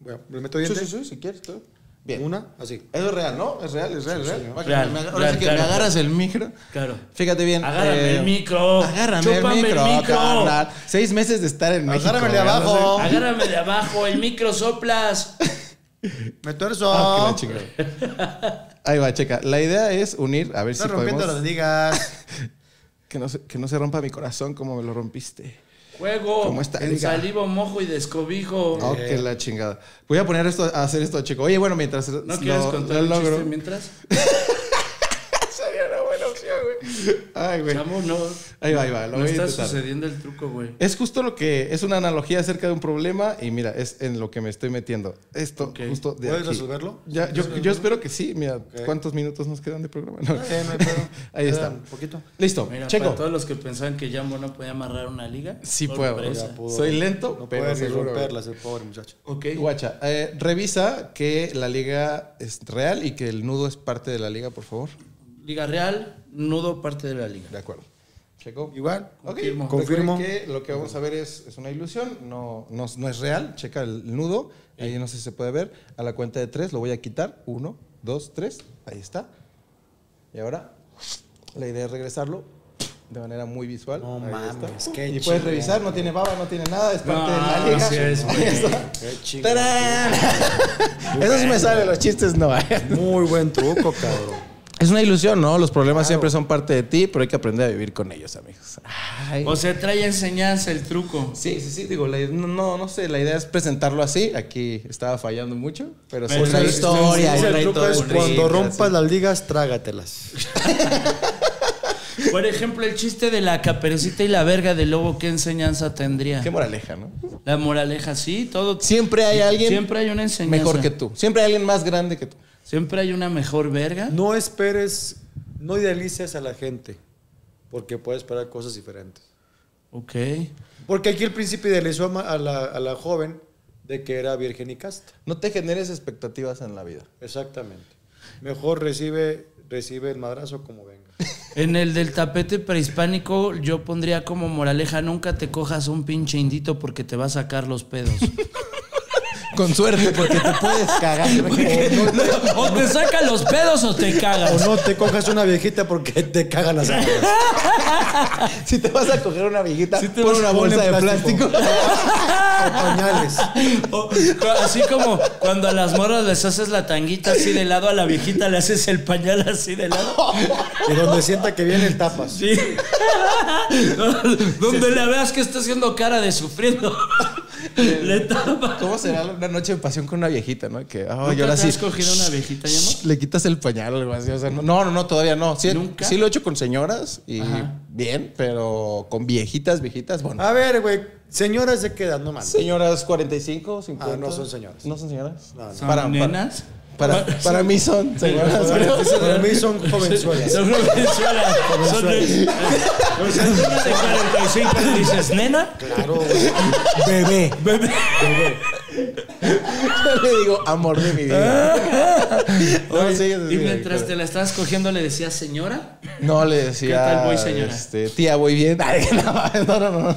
S1: Bueno, le meto
S3: Sí,
S1: diente.
S3: sí, sí, si quieres, claro. Bien.
S1: Una, así.
S3: Eso es real, ¿no? Es real, es real, es real. Va,
S2: Real,
S3: me agar-
S2: real,
S3: Ahora sí que me
S2: claro.
S3: agarras el micro.
S2: Claro.
S3: Fíjate bien.
S2: Agárrame
S3: eh,
S2: el micro.
S3: Agárrame
S2: Chúpame
S3: el micro.
S2: el micro.
S3: carnal. Seis meses de estar en México.
S1: Agárrame de
S3: güey,
S1: abajo.
S3: no sé.
S2: Agárrame de abajo, el micro soplas.
S1: Me tuerzo.
S3: Ah,
S1: No
S3: que la chingada. Ahí va, checa. La idea es unir, a ver si
S1: rompiendo
S3: podemos.
S1: las ligas.
S3: Que no, se, que no se rompa mi corazón como me lo rompiste.
S2: Juego.
S3: ¿Cómo está,
S2: en
S3: diga?
S2: salivo, mojo y descobijo.
S3: Oh, que la chingada. Voy a poner esto, a hacer esto a Checo. Oye, bueno, mientras
S2: ¿No quieres contar el
S3: logro.
S2: chiste mientras?
S3: Sería una buena opción, güey. Ay, güey.
S2: Chamo, no.
S3: Ahí va, ahí va. Lo
S2: No
S3: voy a
S2: está
S3: intentar. Eh,
S2: sucediendo el truco, güey.
S3: Es justo lo que es una analogía acerca de un problema y mira, es en lo que me estoy metiendo. Esto
S2: Ok.
S3: justo de
S1: ¿Puedes
S3: aquí.
S1: resolverlo?
S3: Ya, yo, yo espero que sí. Mira, ¿cuántos minutos nos quedan de programa? No.
S1: Sí, no hay pedo.
S3: Ahí
S1: Queda
S3: está.
S1: Un poquito.
S3: Listo.
S2: Ah. Mira, para
S3: Checo.
S2: todos los que pensaban que Jambo no podía amarrar una liga.
S3: Sí
S2: sorpresa.
S3: puedo.
S1: Ya pudo.
S3: Soy lento,
S1: No
S3: pero
S1: puede ni
S3: seguro.
S1: romperlas, el pobre muchacho.
S2: Ok.
S3: Guacha, eh, revisa que la liga es real y que el nudo es parte de la liga, por favor.
S2: Liga Real, nudo parte de la liga.
S3: De acuerdo. Checo.
S1: Igual.
S3: Ok,
S2: Confirmo.
S1: Confirmo.
S3: recuerden que lo que vamos a ver es, es una ilusión, no, no, no es real. Checa el nudo, ahí no sé si se puede ver. A la cuenta de tres lo voy a quitar. Uno, dos, tres, ahí está. Y ahora la idea es regresarlo de manera muy visual.
S1: No
S3: Ahí está.
S1: mames, qué
S3: Y
S1: chingón.
S3: puedes revisar, no tiene baba, no tiene nada, es parte
S2: No,
S3: de la liga.
S2: Ah, así es,
S3: Ahí
S2: güey.
S3: está.
S1: Qué chido.
S3: ¡Tarán! Eso sí me sale, los chistes no. ¿eh?
S1: Muy buen truco, cabrón.
S3: Es una ilusión, ¿no? Los problemas siempre son parte de ti, pero hay que aprender a vivir con ellos, amigos. Ay.
S2: O sea, trae enseñanza el truco.
S3: Sí, sí, sí, digo, la- no, no, no sé, la idea es presentarlo así. Aquí estaba fallando mucho, pero sí.
S2: Pero
S3: trae
S2: el-
S3: historia,
S2: el-
S1: Dice
S3: trae
S1: el truco
S3: todo
S1: es
S3: un
S1: cuando
S3: ritmo,
S1: rompas
S3: así.
S1: las ligas, trágatelas.
S2: Por ejemplo, el chiste de la caperucita y la verga del lobo, ¿qué enseñanza tendría?
S3: Qué moraleja, ¿no?
S2: La moraleja, sí, todo.
S3: Siempre hay alguien
S2: Siempre hay una enseñanza.
S3: mejor que tú. Siempre hay alguien más grande que tú.
S2: Siempre hay una mejor verga.
S1: No esperes, no idealices a la gente, porque puedes esperar cosas diferentes.
S2: Ok.
S1: Porque aquí el príncipe idealizó a ma- a la, a la joven de que era virgen y casta.
S3: No te generes expectativas en la vida.
S1: Exactamente. Mejor recibe, recibe el madrazo como venga.
S2: En el del tapete prehispánico, yo pondría como moraleja: nunca te cojas un pinche indito porque te va a sacar los pedos.
S3: Con suerte, porque te puedes cagar.
S4: O te saca los pedos o te
S1: O
S4: cagas.
S1: no te cojas una viejita porque te cagan las aguas.
S3: si te vas a coger una viejita,
S1: Si te
S3: pon
S1: vas
S3: una
S1: a poner
S3: bolsa de plástico.
S1: plástico. O pañales.
S4: O- así como cuando a las morras les haces la tanguita así de lado, a la viejita le haces el pañal así de lado.
S1: Y donde sienta que vienen tapas.
S4: Sí. Donde la veas que está haciendo cara de sufriendo. Le tapa.
S3: ¿Cómo será una noche de pasión con una viejita, no? Que, ah,
S4: ¿Nunca
S3: yo ahora
S4: te
S3: sí.
S4: has cogido una viejita, ya, amor?
S3: Shh, Le quitas el pañal o algo así. O sea, no, no, no, todavía no. Sí,
S4: ¿Nunca?
S3: sí lo he hecho con señoras y
S4: Ajá.
S3: bien, pero con viejitas, viejitas, bueno.
S1: A ver, güey. Señoras de qué edad, no mames.
S3: Señoras 45, 50.
S1: Ah, no son señoras.
S3: Ah, No son señoras.
S1: No, no.
S4: ¿Son nenas?
S3: Para, para, para mí son señoras, creo.
S1: Para mí son jovenzuelas.
S4: Son jovenzuelas. Son de- o sea, tú eres de 45 y dices, nena,
S1: Claro, güey.
S3: Bebé.
S4: bebé.
S3: Yo le digo amor de mi vida. No,
S4: Oye,
S3: sí, sí,
S2: Y
S3: sí,
S2: mientras
S3: claro.
S2: te la estabas cogiendo, le decías, señora.
S3: No le decía.
S2: ¿Qué tal voy, señora?
S3: este, tía, voy bien. Ay, no, no, no.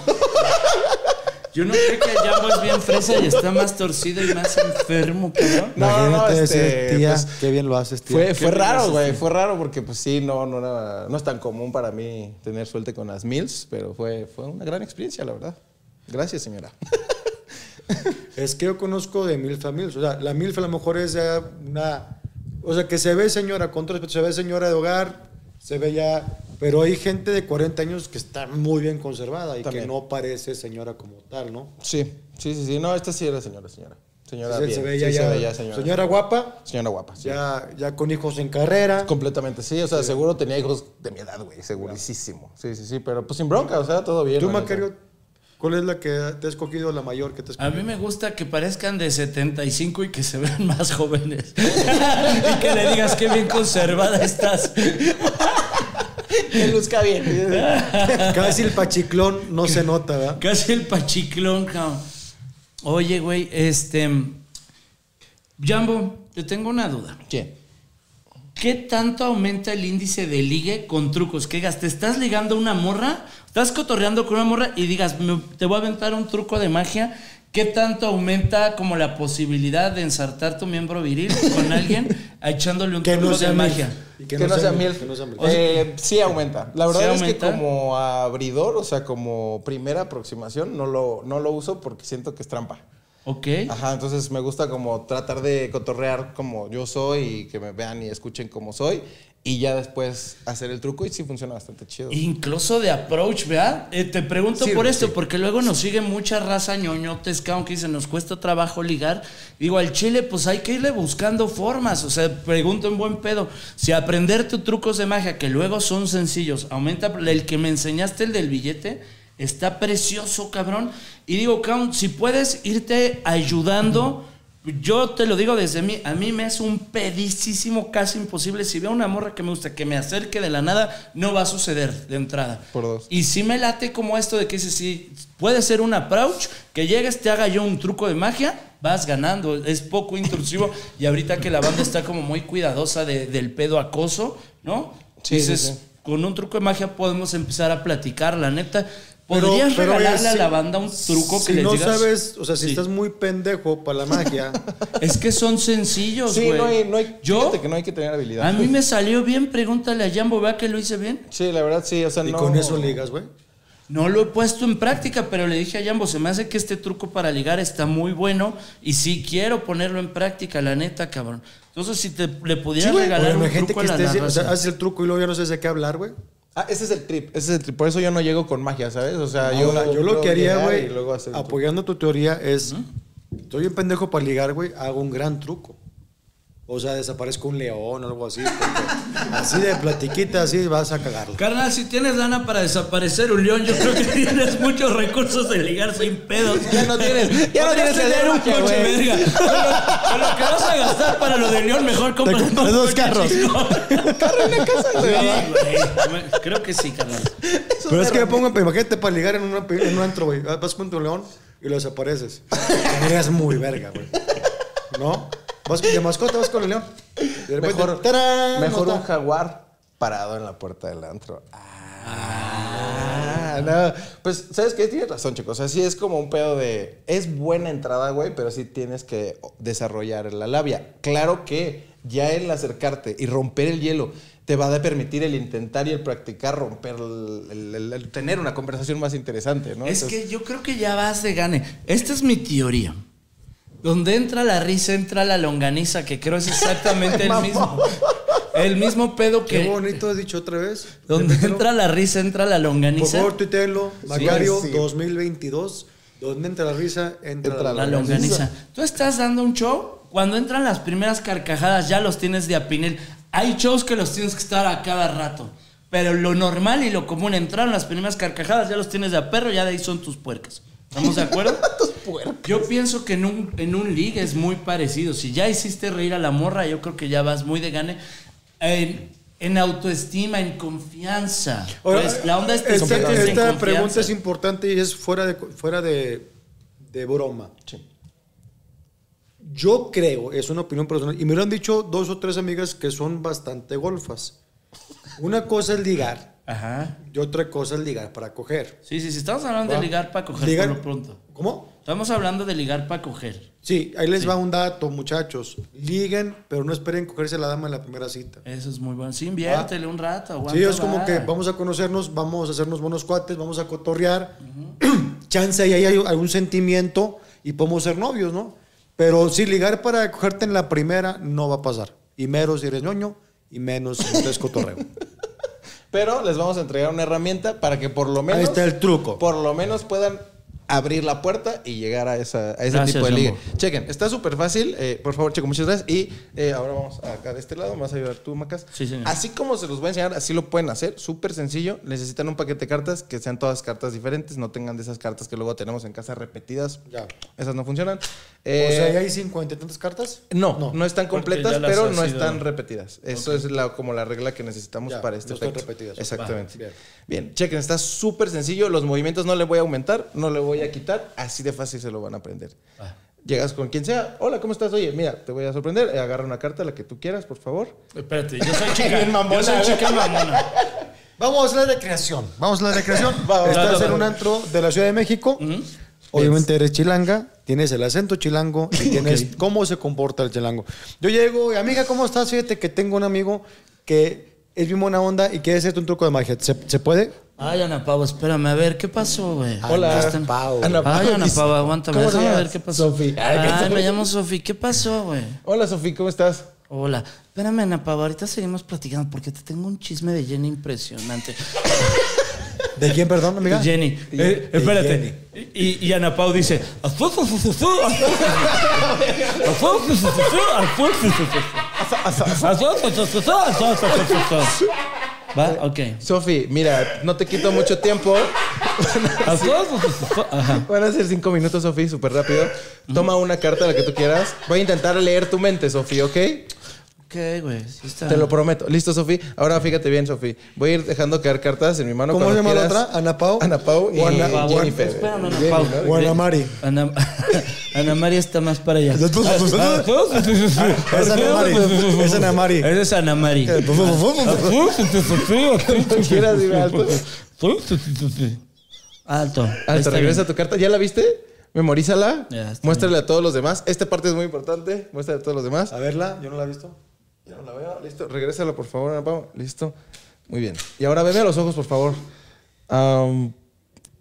S2: Yo no creo que ya es bien fresa y está más torcido y más enfermo, cabrón.
S3: No, no, no,
S1: Imagínate
S3: este,
S1: decir, tía,
S3: pues,
S1: qué bien lo haces, tía.
S3: Fue, fue
S2: ¿Qué
S3: raro,
S2: piensas,
S3: güey. Fue raro porque, pues sí, no, no, era- no es tan común para mí tener suerte con las mills, pero fue, fue una gran experiencia, la verdad. Gracias, señora.
S1: Es que yo conozco de milf a milf. O sea, la milf a lo mejor es ya una... O sea, que se ve señora, con todo respeto, se ve señora de hogar, se ve ya... Pero hay gente de 40 años que está muy bien conservada y
S3: También.
S1: que no parece señora como tal, ¿no?
S3: Sí, sí, sí, sí. No, esta sí era señora, señora. Señora,
S1: Sí,
S3: bien.
S1: se ve ya,
S3: Sí,
S1: ya,
S3: se ve ya,
S1: señora.
S3: señora.
S1: guapa,
S3: Señora guapa, sí.
S1: ya, ya con hijos en carrera.
S3: Completamente, sí. O sea, seguro tenía hijos de mi edad, güey. Segurísimo. Sí, sí, sí. Pero pues sin bronca, o sea, todo bien.
S1: Tú,
S3: la neta.
S1: Macario, ¿cuál es la que te has escogido, la mayor que te
S3: Ah.
S1: has
S2: A mí
S1: escogido?
S2: me gusta que parezcan de 75 y que se vean más jóvenes. y que le digas qué bien conservada estás.
S3: Que luzca bien.
S1: Casi el pachiclón no se nota, ¿verdad?
S2: Casi el pachiclón, cabrón. Oye, güey, este. Jambo, te tengo una duda.
S3: ¿Quién?
S2: ¿Qué tanto aumenta el índice de ligue con trucos? ¿Qué digas? ¿Te estás ligando a una morra? ¿Estás cotorreando con una morra y digas, "Me- te voy a aventar un truco de magia? ¿Qué tanto aumenta como la posibilidad de ensartar tu miembro viril con alguien echándole un
S1: Que
S2: truco
S1: no
S2: de
S1: sea milf.
S2: magia?
S1: Y
S3: Que, no sea miel.
S1: que no sea milf.
S3: Eh, sí aumenta. La verdad es que
S2: aumenta?
S3: como abridor, o sea, como primera aproximación, no lo, no lo uso porque siento que es trampa.
S2: ¿Ok?
S3: Ajá, entonces me gusta como tratar de cotorrear como yo soy y que me vean y escuchen como soy y ya después hacer el truco y sí funciona bastante chido.
S2: Incluso de approach, ¿verdad? Eh, te pregunto por esto, porque luego nos sigue mucha raza ñoñotes, cabrón, que dice, nos cuesta trabajo ligar. Digo, al chile, pues hay que irle buscando formas. O sea, pregunto en buen pedo. Si aprender tus trucos de magia, que luego son sencillos, aumenta. El que me enseñaste, el del billete, está precioso, cabrón. Y digo, cabrón, si puedes irte ayudando. Yo te lo digo desde mí, a mí me es un pedicísimo, casi imposible. Si veo una morra que me gusta, que me acerque de la nada, no va a suceder de entrada.
S3: Por dos.
S2: Y si me late como esto de que dices, si puede ser un approach, que llegues, te haga yo un truco de magia, vas ganando. Es poco intrusivo. y ahorita que la banda está como muy cuidadosa de- del pedo acoso, ¿no?
S3: Sí,
S2: dices,
S3: sí, sí.
S2: con un truco de magia podemos empezar a platicar, la neta.
S1: Pero-
S2: ¿Podrías
S1: pero, oye,
S2: regalarle
S1: si-
S2: a la banda un truco
S1: si
S2: que le
S1: no
S2: digas?
S1: sabes, o sea, si
S2: Sí.
S1: estás muy pendejo para la magia,
S2: Es que son sencillos,
S3: Sí,
S2: güey.
S3: no hay, no hay,
S2: Yo,
S3: fíjate que no hay que tener habilidad.
S2: a mí me salió bien, pregúntale a Jambo, vea que lo hice bien.
S3: Sí, la verdad sí, o sea,
S1: y
S3: no.
S1: con eso ligas, güey.
S2: No lo he puesto en práctica, pero le dije a Jambo, se me hace que este truco para ligar está muy bueno y sí quiero ponerlo en práctica, la neta, cabrón. Entonces, si te, le pudiera
S1: güey.
S2: regalar
S1: Bueno,
S2: un
S1: imagínate
S2: truco a
S1: que
S2: la,
S1: estés,
S2: la
S1: o sea,
S2: raza.
S1: haces el truco y luego ya no sabes de qué hablar, güey.
S3: Ah, ese es el trip, ese es el trip. Por eso yo no llego con magia, ¿sabes? O
S2: Ah,
S3: sea, yo,
S1: Ahora, Ah, yo lo que haría,
S3: llegar
S1: güey,
S3: y luego hacer el truco.
S1: apoyando tu teoría, es: estoy bien pendejo para ligar, güey, hago un gran truco. O sea, desaparezco un león o algo así. porque así de platiquita, así vas a cagarlo.
S2: Carnal, si tienes lana para desaparecer un león, yo creo que tienes muchos recursos de ligar sin pedos.
S3: Ya no tienes- ya no
S2: Podrías
S3: tienes el
S2: tener un
S3: magia,
S2: coche,
S3: güey.
S2: verga. Con lo- con lo que vas a gastar para lo del león, mejor compras
S1: compras
S2: un
S1: dos
S2: coche
S1: carros.
S2: chingón.
S3: Casa,
S2: Sí,
S3: güey.
S2: güey. Creo que sí, carnal.
S1: Pero es que me pongo, imagínate para ligar en, una, en un antro, güey. Ah, Vas con tu león y lo desapareces. Tendrías muy verga, güey. ¿No? Vas con- de mascota, vas con el león. Y de repente,
S3: Mejor,
S1: ¡tarán!
S3: mejor
S1: No
S3: un
S1: está.
S3: jaguar parado en la puerta del antro. Ah. Ah, no. Pues, ¿sabes qué? Tienes razón, chicos. Así es como un pedo de. Es buena entrada, güey, pero sí tienes que desarrollar la labia. Claro que ya el acercarte y romper el hielo te va a permitir el intentar y el practicar romper, el, el- el- el tener una conversación más interesante, ¿no?
S2: Es
S3: Entonces,
S2: que yo creo que ya vas de gane. Esta es mi teoría. Donde entra la risa, entra la longaniza, que creo es exactamente el mismo. El mismo pedo
S1: Qué
S2: que.
S1: bonito has dicho otra vez.
S2: Donde
S1: Repítelo.
S2: entra la risa, entra la
S1: Por
S2: longaniza.
S1: favor, tuítenlo. Macario
S3: sí.
S1: 2022. Donde entra la risa, entra,
S3: Entra
S1: la
S2: La longaniza. Tú estás dando un show, cuando entran las primeras carcajadas ya los tienes de apinel. Hay shows que los tienes que estar a cada rato. Pero lo normal y lo común, entraron las primeras carcajadas, ya los tienes de a perro, ya de ahí son tus puercas. ¿Estamos de acuerdo? Yo pienso que en un, en un ligue es muy parecido. Si ya hiciste reír a la morra, yo creo que ya vas muy de gane. En, en autoestima, en confianza.
S1: Ahora,
S2: Pues, la onda es te
S1: este, esta,
S2: sientes en
S1: esta
S2: confianza.
S1: pregunta es importante y es fuera de, fuera de, de broma.
S3: sí.
S1: Yo creo, es una opinión personal, y me lo han dicho dos o tres amigas que son bastante golfas. Una cosa es ligar
S2: Ajá.
S1: y otra cosa es ligar para coger.
S2: Sí, sí, sí. Estamos hablando
S1: Va.
S2: de ligar para coger
S1: Ligar-
S2: por lo pronto.
S1: ¿Cómo?
S2: Estamos hablando de ligar para coger.
S1: Sí, ahí les va un dato, muchachos. Liguen, pero no esperen cogerse a la dama en la primera cita.
S2: Eso es muy bueno. Sí,
S1: Ah.
S2: inviértele un rato. Aguanta,
S1: Sí, es como
S2: va.
S1: que vamos a conocernos, vamos a hacernos buenos cuates, vamos a cotorrear. Chance ahí hay algún sentimiento y podemos ser novios, ¿no? Pero si ligar para cogerte en la primera no va a pasar. Y menos si eres ñoño y menos si no es cotorreo.
S3: Pero les vamos a entregar una herramienta para que por lo menos.
S1: está el truco.
S3: Por lo menos puedan abrir la puerta y llegar a, esa, a ese
S2: Gracias,
S3: tipo de ligue.
S2: amor.
S3: Chequen, está súper fácil. eh, por favor, checo, muchas gracias. Y eh, ahora vamos acá de este lado. Me vas a ayudar tú, Macas.
S2: Sí, señor.
S3: Así como se los voy a enseñar, así lo pueden hacer. Súper sencillo. Necesitan un paquete de cartas que sean todas cartas diferentes. No tengan de esas cartas que luego tenemos en casa repetidas.
S1: Ya.
S3: Esas no funcionan.
S1: o sea,
S3: Eh,
S1: ahí hay cincuenta y tantas cartas.
S3: no, no, están
S2: Porque
S3: completas,
S2: ya las
S3: pero
S2: has
S3: no
S2: ido-
S3: están repetidas. Eso es la, como la regla que necesitamos
S1: Ya,
S3: para este
S1: no están
S3: efecto.
S1: repetidas.
S3: Exactamente.
S1: Va, bien.
S3: bien. chequen, está súper sencillo. Los movimientos no le voy a aumentar, no le voy a quitar. Así de fácil se lo van a aprender.
S2: Ah.
S3: Llegas con quien sea. Hola, ¿cómo estás? Oye, mira, te voy a sorprender. Eh, Agarra una carta, la que tú quieras, por favor.
S2: Espérate, yo soy chica.
S3: Bien mamona,
S2: yo soy
S3: güey.
S2: chica mamona.
S1: Vamos a la recreación. Vamos a la recreación.
S3: va,
S1: Estás
S2: va,
S1: en
S2: va.
S1: un antro de la Ciudad de México. Obviamente eres chilanga, tienes el acento chilango y tienes cómo se comporta el chilango. Yo llego y, amiga, ¿cómo estás? Fíjate que tengo un amigo que es bien buena onda y quiere hacerte un truco de magia. ¿Se, se puede?
S2: Ay, Ana Pavo, espérame. A ver, ¿qué pasó, güey?
S3: Hola,
S2: ¿Qué están-
S1: Pau.
S3: Ana Pau.
S2: Ay, Ana Pavo, aguántame.
S3: ¿Cómo te
S2: Déjame
S3: llamas?
S2: ver qué pasó.
S3: Sofi. Ay, qué
S2: Ay,
S3: soy-
S2: me llamo Sofi. ¿Qué pasó, güey?
S3: Hola, Sofía, ¿cómo estás?
S2: Hola. Espérame, Ana Pavo. Ahorita seguimos platicando porque te tengo un chisme de Jenny impresionante.
S1: ¿De quién, perdón, amiga?
S2: Jenny.
S1: Eh, espérate.
S4: Y, y Ana Pau dice: "Alfonso, su, su, su, Alfonso, su, su, su, Alfonso, su, su, su, Alfonso, su, su, su, Alfonso, su, su, su".
S2: ¿Va? Ok.
S3: Sofi, mira, no te quito mucho tiempo.
S4: Alfonso, su, su, su. Ajá.
S3: Van a ser cinco minutos, Sofi, súper rápido. Toma una carta, la que tú quieras. Voy a intentar leer tu mente, Sofi, ¿ok?
S2: Ok, güey. sí está.
S3: Te lo prometo. Listo, Sofi. Ahora fíjate bien, Sofi. Voy a ir dejando caer cartas en mi mano.
S1: ¿Cómo se
S3: cuando
S1: llama la
S3: quieras.
S1: otra? ¿Ana Pau?
S3: Ana Pau y
S1: O Ana-
S3: Jennifer.
S2: Eh, Espérame, Ana
S3: Jenny,
S2: Pau.
S3: ¿no?
S1: O Ana Mari.
S2: Ana, Ana María está más para allá. Ah,
S4: Alfonso, su, su, su.
S1: Ah, Es Ana Mari. Es Ana Mari.
S4: Esa es Ana
S1: Eh,
S4: María.
S1: pues,
S4: Alfonso, su, su, su, Alfonso,
S3: Cuando quieras, dime alto.
S4: su, su, su.
S2: Alto.
S3: Ah, te
S2: Está bien.
S3: regresa tu carta. ¿Ya la viste? Memorízala.
S2: Ya, está
S3: Muéstrale a todos los demás. Esta parte es muy importante. Muéstrale a todos los demás.
S1: A verla, yo no la he visto.
S3: Ya no la veo. Listo. Regrésala, por favor, Ana Pau. Listo. Muy bien. Y ahora veme a los ojos, por favor. Am,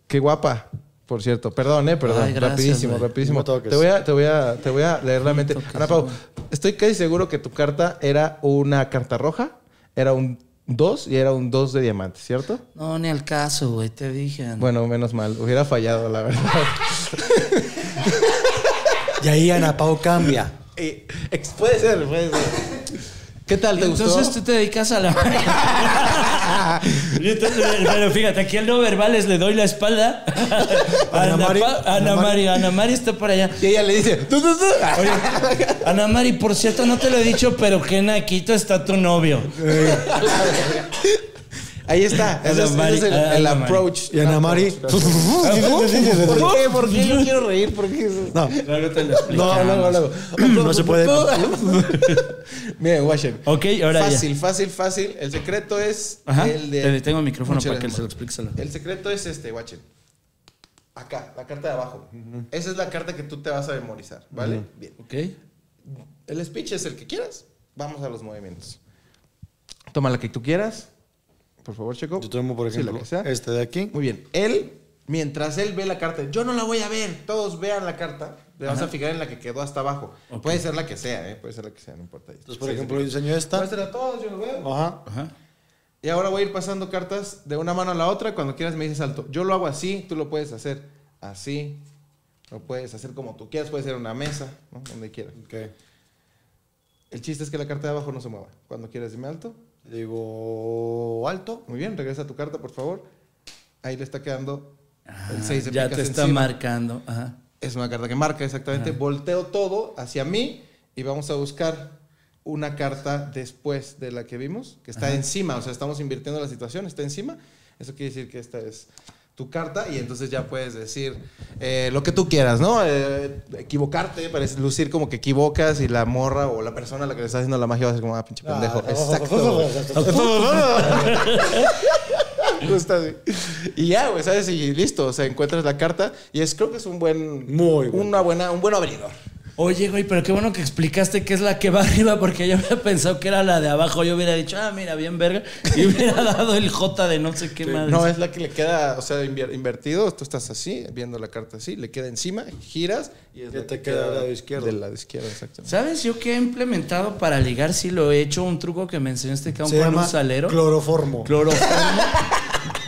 S3: qué guapa. Por cierto, perdón, eh, perdón.
S2: Ay, gracias,
S3: rapidísimo,
S2: güey.
S3: rapidísimo.
S1: No toques.
S3: Te voy a, te voy a, te voy a leer la mente. Ana Pau, estoy casi seguro que tu carta era una carta roja, era un 2 y era un 2 de diamante, ¿cierto?
S2: No, ni al caso, güey. Te dije. Ana.
S3: Bueno, menos mal. Hubiera fallado, la verdad.
S1: Y ahí Ana Pau cambia.
S3: Eh, ex- puede ser, puede ser. ¿Qué tal? ¿Te gustó?
S2: Entonces tú te dedicas a la.
S4: Y entonces, pero fíjate, aquí al no verbales le doy la espalda. Ana,
S1: Mari.
S4: Pa- Ana
S2: Ana
S4: Mari.
S2: Mari, Ana Mari está para allá.
S3: Y ella le dice, "Tú, tú, tú".
S2: Ana Mari, por cierto, no te lo he dicho, pero que en Aquito está tu novio.
S3: Ahí está. Ese es, ese es el,
S2: Ana
S3: el
S2: Mari.
S3: approach.
S1: Y Ana Mari.
S3: ¿Por qué? ¿Por qué yo quiero reír? ¿Por qué?
S1: No,
S2: Claro, te lo
S3: No,
S2: explicamos.
S3: luego, luego.
S1: no se puede.
S3: Miren, Washer.
S2: Ok, ahora ya.
S3: Fácil, fácil, fácil. El secreto es
S2: Ajá.
S3: el
S2: Te
S3: de.
S2: detengo el micrófono
S3: Muchas
S2: para que
S3: gracias.
S2: se lo expliques a la
S3: El secreto es este, guachen. Acá, la carta de abajo. Esa es la carta que tú te vas a memorizar, ¿vale? Bien.
S2: Ok.
S3: El speech es el que quieras. Vamos a los movimientos. Toma la que tú quieras. Por favor, Checo.
S1: Yo tomo, por
S3: Sí, la
S1: ejemplo,
S3: que sea.
S1: este de aquí.
S3: Muy bien. Él, mientras él ve la carta, yo no la voy a ver. Todos vean la carta. Te vas a fijar en la que quedó hasta abajo. Puede ser la que sea, ¿eh? Puede ser la que sea, no importa.
S1: Entonces, por ejemplo, yo enseño esta.
S3: Muéstrala a todos, yo lo veo.
S1: Ajá.
S2: Ajá.
S3: Y ahora voy a ir pasando cartas de una mano a la otra. Cuando quieras me dices alto. Yo lo hago así, tú lo puedes hacer así. Lo puedes hacer como tú quieras. Puede ser una mesa, ¿no? donde quieras.
S1: Ok.
S3: El chiste es que la carta de abajo no se mueva. Cuando quieras dime alto.
S1: Digo alto.
S3: Muy bien, regresa tu carta, por favor. Ahí le está quedando el 6 de
S2: Ya
S3: picas
S2: te está
S3: encima.
S2: marcando. Ajá.
S3: Es una carta que marca, exactamente. Volteo todo hacia mí y vamos a buscar una carta después de la que vimos, que está encima. O sea, estamos invirtiendo la situación, está encima. Eso quiere decir que esta es tu carta y entonces ya puedes decir eh, lo que tú quieras, ¿no? Eh, equivocarte, parece lucir como que equivocas y la morra o la persona a la que le está haciendo la magia va a ser como, ah, pinche pendejo. Exacto. güey. Justo así. Y ya, güey, ¿sabes? Y listo, o sea, encuentras la carta y es, creo que es un buen...
S1: Muy bueno.
S3: Una buena, un buen abridor.
S2: Oye, güey, pero qué bueno que explicaste que es la que va arriba, porque yo hubiera pensado que era la de abajo. Yo hubiera dicho, ah, mira, bien verga. Y hubiera dado el J de no sé qué madre.
S3: No, es la que le queda, o sea, invier- invertido, tú estás así, viendo la carta así, le queda encima, giras y es
S1: Ya
S3: la
S1: te queda del lado izquierdo.
S3: Del lado izquierdo, exacto.
S2: ¿Sabes yo qué he implementado para ligar? Si lo he hecho, un truco que me enseñaste que
S1: Se
S2: aún con
S1: llama
S2: un salero.
S1: cloroformo.
S2: Cloroformo.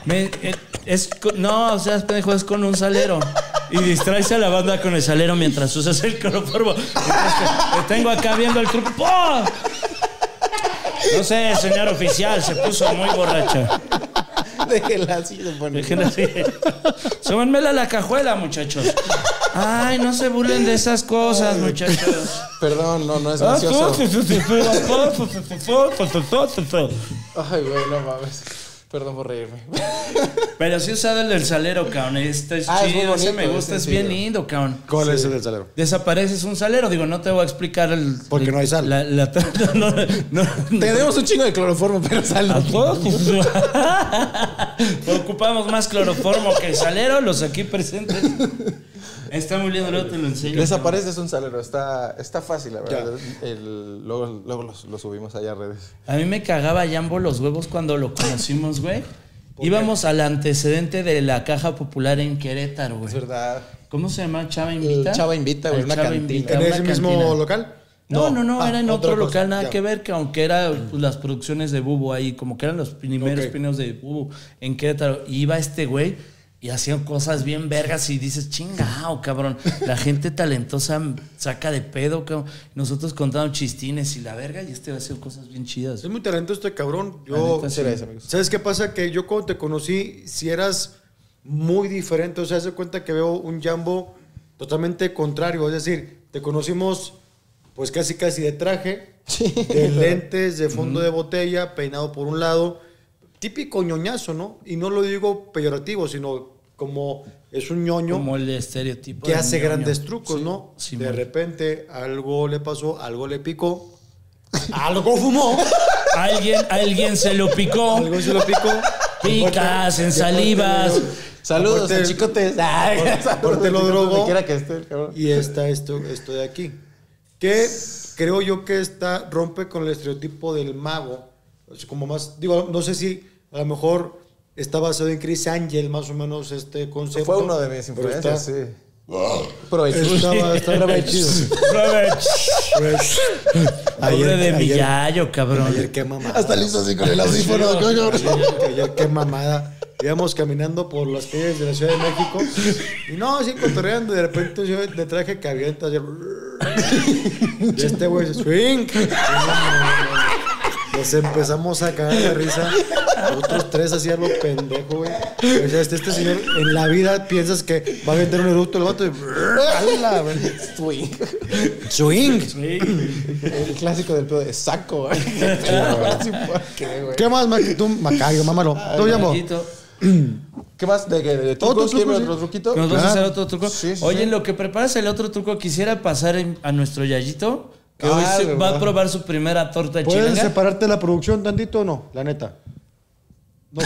S2: Me- eh, es, co- no, o sea, es pendejo, es con un salero. Y distraes a la banda con el salero mientras usas el cloroformo. Entonces, Te, te tengo acá viendo el truco. ¡Pah! No sé, señor oficial, se puso muy borracha.
S3: Déjela así, se pone.
S2: Déjenla así. Súbanmela a la cajuela, muchachos. Ay, no se burlen de esas cosas, muchachos. "Ah,
S3: Perdón, no, no
S1: Ah,
S3: es gracioso. Ay, güey, no mames. Perdón por reírme.
S2: Pero sí he usado el del salero, cabrón. Este es
S3: Ah, es muy
S2: chido, ese
S3: bonito,
S2: me
S3: es
S2: gusta, es
S3: sencillo.
S2: bien lindo, cabrón.
S1: ¿Cuál es el del salero?
S2: Desapareces un salero, digo, no te voy a explicar el.
S1: Porque
S2: el-
S1: no hay sal.
S2: la- la- no, no, no.
S3: Tenemos un chingo de cloroformo, pero sal no.
S2: Ocupamos más cloroformo que salero, los aquí presentes. Está muy lindo, luego te lo enseño.
S3: Desapareces un salero, está, está fácil, la verdad. El- luego luego los- lo subimos allá a redes.
S2: A mí me cagaba Jambo los huevos cuando lo conocimos, güey. Íbamos al antecedente de la caja popular en Querétaro, güey.
S3: Es verdad.
S2: ¿cómo se llama? Chava Invita.
S3: El Chava Invita, güey,
S2: El
S3: una
S2: Chava
S3: cantina.
S2: Invita,
S1: ¿En
S2: una
S1: ese mismo
S2: cantina.
S1: local?
S2: No, no, no,
S1: Ah,
S2: era en
S1: otra
S2: otro
S1: cosa,
S2: local, nada
S1: ya.
S2: que ver, que aunque eran las producciones de Bubu ahí, como que eran los primeros
S1: Ok.
S2: pinos de Bubu en Querétaro. Y iba este güey y hacían cosas bien vergas y dices, chingao, cabrón. La gente talentosa saca de pedo, cabrón. Nosotros contando chistines y la verga y este va a hacer cosas bien chidas.
S1: Es muy talentoso este cabrón.
S2: La
S1: Yo,
S2: neta, sí.
S3: Gracias, amigos.
S1: ¿Sabes qué pasa? Que yo cuando te conocí, si eras muy diferente, o sea, se cuenta que veo un Jambo totalmente contrario. Es decir, te conocimos pues casi casi de traje, de lentes, de fondo de botella, peinado por un lado. Típico ñoñazo, ¿no? Y no lo digo peyorativo, sino como es un ñoño
S2: Como el estereotipo.
S1: que
S2: del
S1: hace
S2: ñoño.
S1: grandes trucos, ¿no?
S2: sí,
S1: de
S2: man.
S1: repente algo le pasó, algo le picó, algo fumó,
S2: Alguien, alguien se lo picó.
S1: algo se lo picó.
S2: Picas, en salivas.
S3: Saludos,
S1: Aparte-
S3: a chicotes. Ay, saludos,
S1: aparte lo
S3: chicotes,
S1: drogó.
S3: donde quiera que esté el cabrón.
S1: Y está esto, esto de aquí. Que creo yo que está, rompe con el estereotipo del mago. O sea, Como más, digo, no sé si a lo mejor está basado en Chris Angel, más o menos este concepto.
S3: Fue uno de mis
S1: Pero
S3: influencias,
S1: está-
S3: sí. Provecho.
S1: Estaba, estaba chido. Pues,
S2: Pobre de
S1: ayer-
S2: Millayo, cabrón.
S1: Ayer qué mamada.
S3: Hasta listo así con el audífono.
S1: Ayer, ayer, qué mamada. Íbamos caminando por las calles de la Ciudad de México y no, así cotorreando. Y de repente un señor de traje que avienta. así, Y este güey se swing. Nos empezamos a cagar de risa. Otros tres hacían lo pendejo, güey. O sea, este, este señor en la vida piensas que va a meter un eructo el vato y. ¡Hala, güey!
S3: Swing.
S1: ¡Swing!
S3: El clásico del pedo de saco. güey. Qué pedo, güey. Sí, ¿por qué, güey?
S1: ¿Qué más, Mac? Tú, Macario, mámalo. ¿Tú llamo?
S2: Marquito,
S3: ¿Qué más? ¿De, de, de
S1: Otro
S3: trucos?
S1: truco,
S3: ¿Quieren
S1: sí.
S3: otro truquito?
S2: ¿Nos vas a
S1: Claro.
S2: hacer otro truco?
S3: Sí, sí,
S2: Oye,
S3: sí.
S2: en lo que preparas el otro truco, quisiera pasar en- a nuestro Yayito, que hoy
S3: Ah,
S2: se-
S3: güey,
S2: va a
S3: va.
S2: probar su primera torta
S1: ¿Puedes
S2: chilanga.
S1: separarte de la producción tantito o no? La neta. No,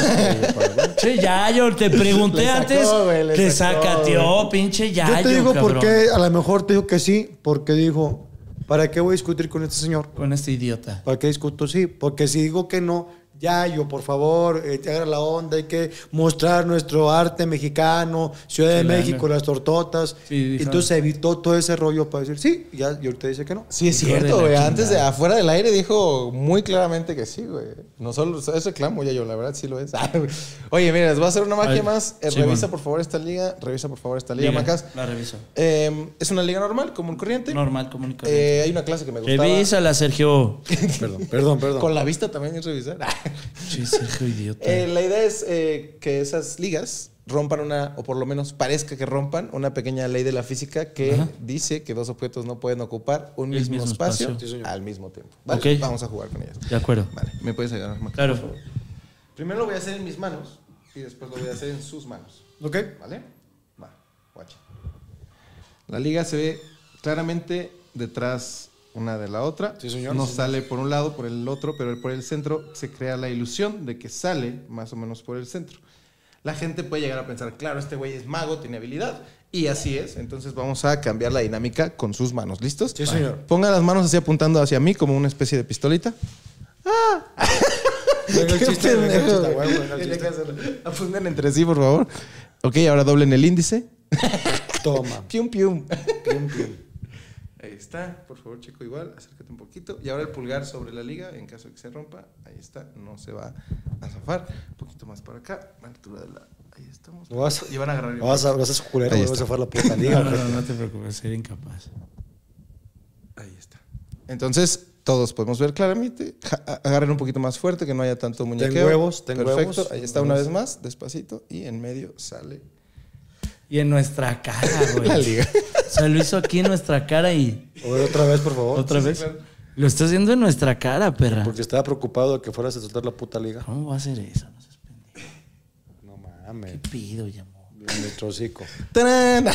S2: Che, Yayo, te pregunté
S3: Le sacó,
S2: antes.
S3: güey, le
S2: te
S3: sacó,
S2: sacateó, pinche Yayo,
S1: Yo te digo
S2: cabrón.
S1: por qué, a lo mejor te digo que sí, porque dijo, ¿para qué voy a discutir con este señor?
S2: Con este idiota.
S1: ¿Para qué discuto? Sí, porque si digo que no, ya yo, por favor, eh, te agarra la onda, hay que mostrar nuestro arte mexicano, Ciudad de
S2: Claro.
S1: México, las tortotas.
S2: Sí, dijo.
S1: Entonces evitó todo ese rollo para decir sí, y ya, y ahorita dice que no.
S3: Sí, es
S2: Hijo de
S3: cierto,
S2: la
S3: güey.
S2: chingada.
S3: Antes de afuera del aire dijo muy claramente que sí, güey. No solo es reclamo, ya yo, la verdad sí lo es. Ah, güey. Oye, mira, les voy a hacer una magia
S2: Ay,
S3: más. Eh,
S2: sí,
S3: revisa,
S2: bueno.
S3: por favor, esta liga. Revisa, por favor, esta liga,
S2: Diga,
S3: Macas.
S2: La reviso.
S3: Eh, es una liga normal, común corriente.
S2: Normal, comunicado.
S3: Eh, hay una clase que me gustaba.
S2: Revísala, Sergio.
S1: Perdón, perdón, perdón.
S3: Con la vista también es revisar.
S2: Che, Sergio, idiota.
S3: Eh, la idea es eh, que esas ligas rompan una, o por lo menos parezca que rompan, una pequeña ley de la física que dice que dos objetos no pueden ocupar un
S2: El
S3: mismo,
S2: mismo
S3: espacio,
S2: espacio.
S1: Sí, señor.
S3: al mismo tiempo. Vale,
S2: Ok.
S3: Vamos a jugar con ellas.
S2: De acuerdo.
S3: Vale, ¿me puedes ayudar, Maca?
S2: Claro.
S3: Primero lo voy a hacer en mis manos y después lo voy a hacer en sus manos.
S1: ¿Ok?
S3: ¿Vale? Va, guacha. La liga se ve claramente detrás una de la otra.
S1: Sí, señor.
S3: No
S1: Sí,
S3: sale por un lado, por el otro, pero por el centro se crea la ilusión de que sale más o menos por el centro. La gente puede llegar a pensar, claro, este güey es mago, tiene habilidad. Y así es. Entonces vamos a cambiar la dinámica con sus manos. ¿Listos?
S1: Sí, señor.
S3: Pongan las manos así apuntando hacia mí como una especie de pistolita.
S1: Venga el
S3: Qué
S1: chiste, venga el
S3: pendejo,
S1: chiste,
S3: güey.
S1: güey, venga el
S3: Tenía que
S1: chiste.
S3: hacerlo. Apunten entre sí, por favor. Ok, ahora doblen el índice.
S1: Toma.
S3: Pium, pium.
S1: Pium, pium.
S3: Ahí está. Por favor, chico, igual, acércate un poquito. Y ahora el pulgar sobre la liga, en caso de que se rompa. Ahí está, no se va a zafar. Un poquito más para acá, la altura de la... Ahí estamos.
S1: No vas a-
S3: Y van a agarrar...
S1: No vas a, no seas culero,
S3: Ahí
S1: güey, vas
S3: está.
S1: a zafar la puta liga.
S2: No, no,
S1: güey.
S2: no, no te preocupes, sería incapaz.
S3: Ahí está. Entonces, todos podemos ver claramente. Ja- a- Agarren un poquito más fuerte, que no haya tanto muñequeo.
S1: huevos, ten
S3: Perfecto.
S1: huevos.
S3: Ahí está una vez más, despacito. Y en medio sale
S2: Y en nuestra cara, güey.
S3: la liga.
S2: Se lo hizo aquí en nuestra cara y
S1: A ver, otra vez, por
S3: Oh,
S1: favor.
S2: otra vez. Lo está haciendo en nuestra cara, perra.
S1: Porque estaba preocupado de que fueras a soltar la puta liga.
S2: ¿Cómo va a hacer eso? No seas pendejo.
S1: No mames,
S2: ¿Qué pido, llamó?
S1: mi trocico.
S3: ¡Tarán!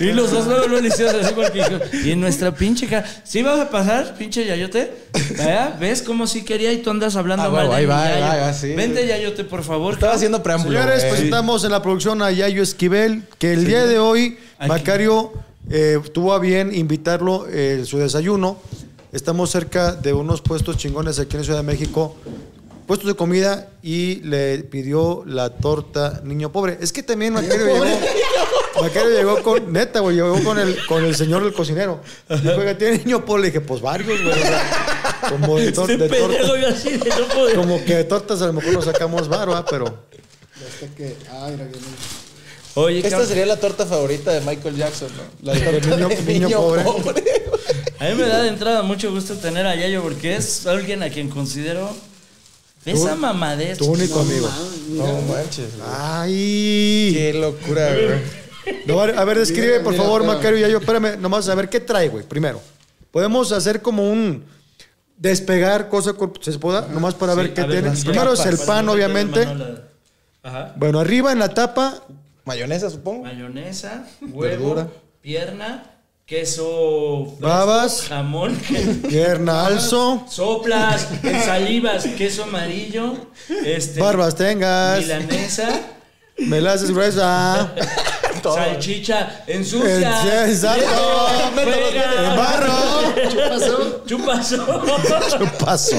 S2: Y los dos luego lo hicieron así porque dijo, y en nuestra pinche cara, ¿sí vas a pasar, pinche yayote? ¿Verdad? ¿Ves cómo sí quería y tú andas hablando
S3: Ah,
S2: mal
S3: huevo,
S2: de
S3: ahí
S2: mi
S3: va, ahí
S2: yayo?
S3: va, ahí va, sí.
S2: Vente, yayote, por favor.
S3: Estaba haciendo preámbulo.
S1: Señores,
S3: güey.
S1: presentamos en la producción a Yayo Esquivel, que el día de hoy
S2: Aquí.
S1: Macario eh, tuvo a bien invitarlo eh, su desayuno. Estamos cerca de unos puestos chingones aquí en Ciudad de México, puestos de comida, y le pidió la torta Niño Pobre. Es que también Macario llegó, Macario llegó con, neta, güey, llegó con el, con el señor del cocinero. Dijo, "Oiga, ¿tiene Niño Pobre? Le dije, pues varios, güey. o sea, como de, tor-
S2: Este
S1: de torta-
S2: pendejo yo así de no poder.
S1: Como que de tortas a lo mejor nos sacamos barba, pero...
S2: Oye,
S3: Esta
S2: cabrón,
S3: sería la torta favorita de Michael Jackson, ¿no? La
S1: El
S3: torta
S1: niño-
S3: de
S1: niño pobre.
S2: a mí me da de entrada mucho gusto tener a Yayo porque es alguien a quien considero esa mamadez.
S1: Tu único amigo.
S3: No manches. güey.
S1: Ay.
S3: Qué locura, güey.
S1: No, a ver, a ver, describe, por
S3: Mira,
S1: favor,
S3: mira,
S1: Macario Yayo. Espérame, nomás a ver qué trae, güey, primero. Podemos hacer como un despegar cosa corp- se pueda, nomás para ver qué tiene. Primero es el pan, obviamente.
S2: Ajá.
S1: Bueno, arriba en la tapa,
S3: Mayonesa, supongo.
S2: Mayonesa, huevo,
S3: Verdura.
S2: pierna, queso, fresco,
S1: Babas.
S2: jamón,
S1: pierna alzo,
S2: soplas, salivas, queso amarillo, este,
S1: barbas tengas,
S2: milanesa,
S1: me la haces gruesa,
S2: salchicha, ensucia,
S1: el- exacto,
S2: Juega.
S1: en barro,
S2: chupazo,
S1: paso.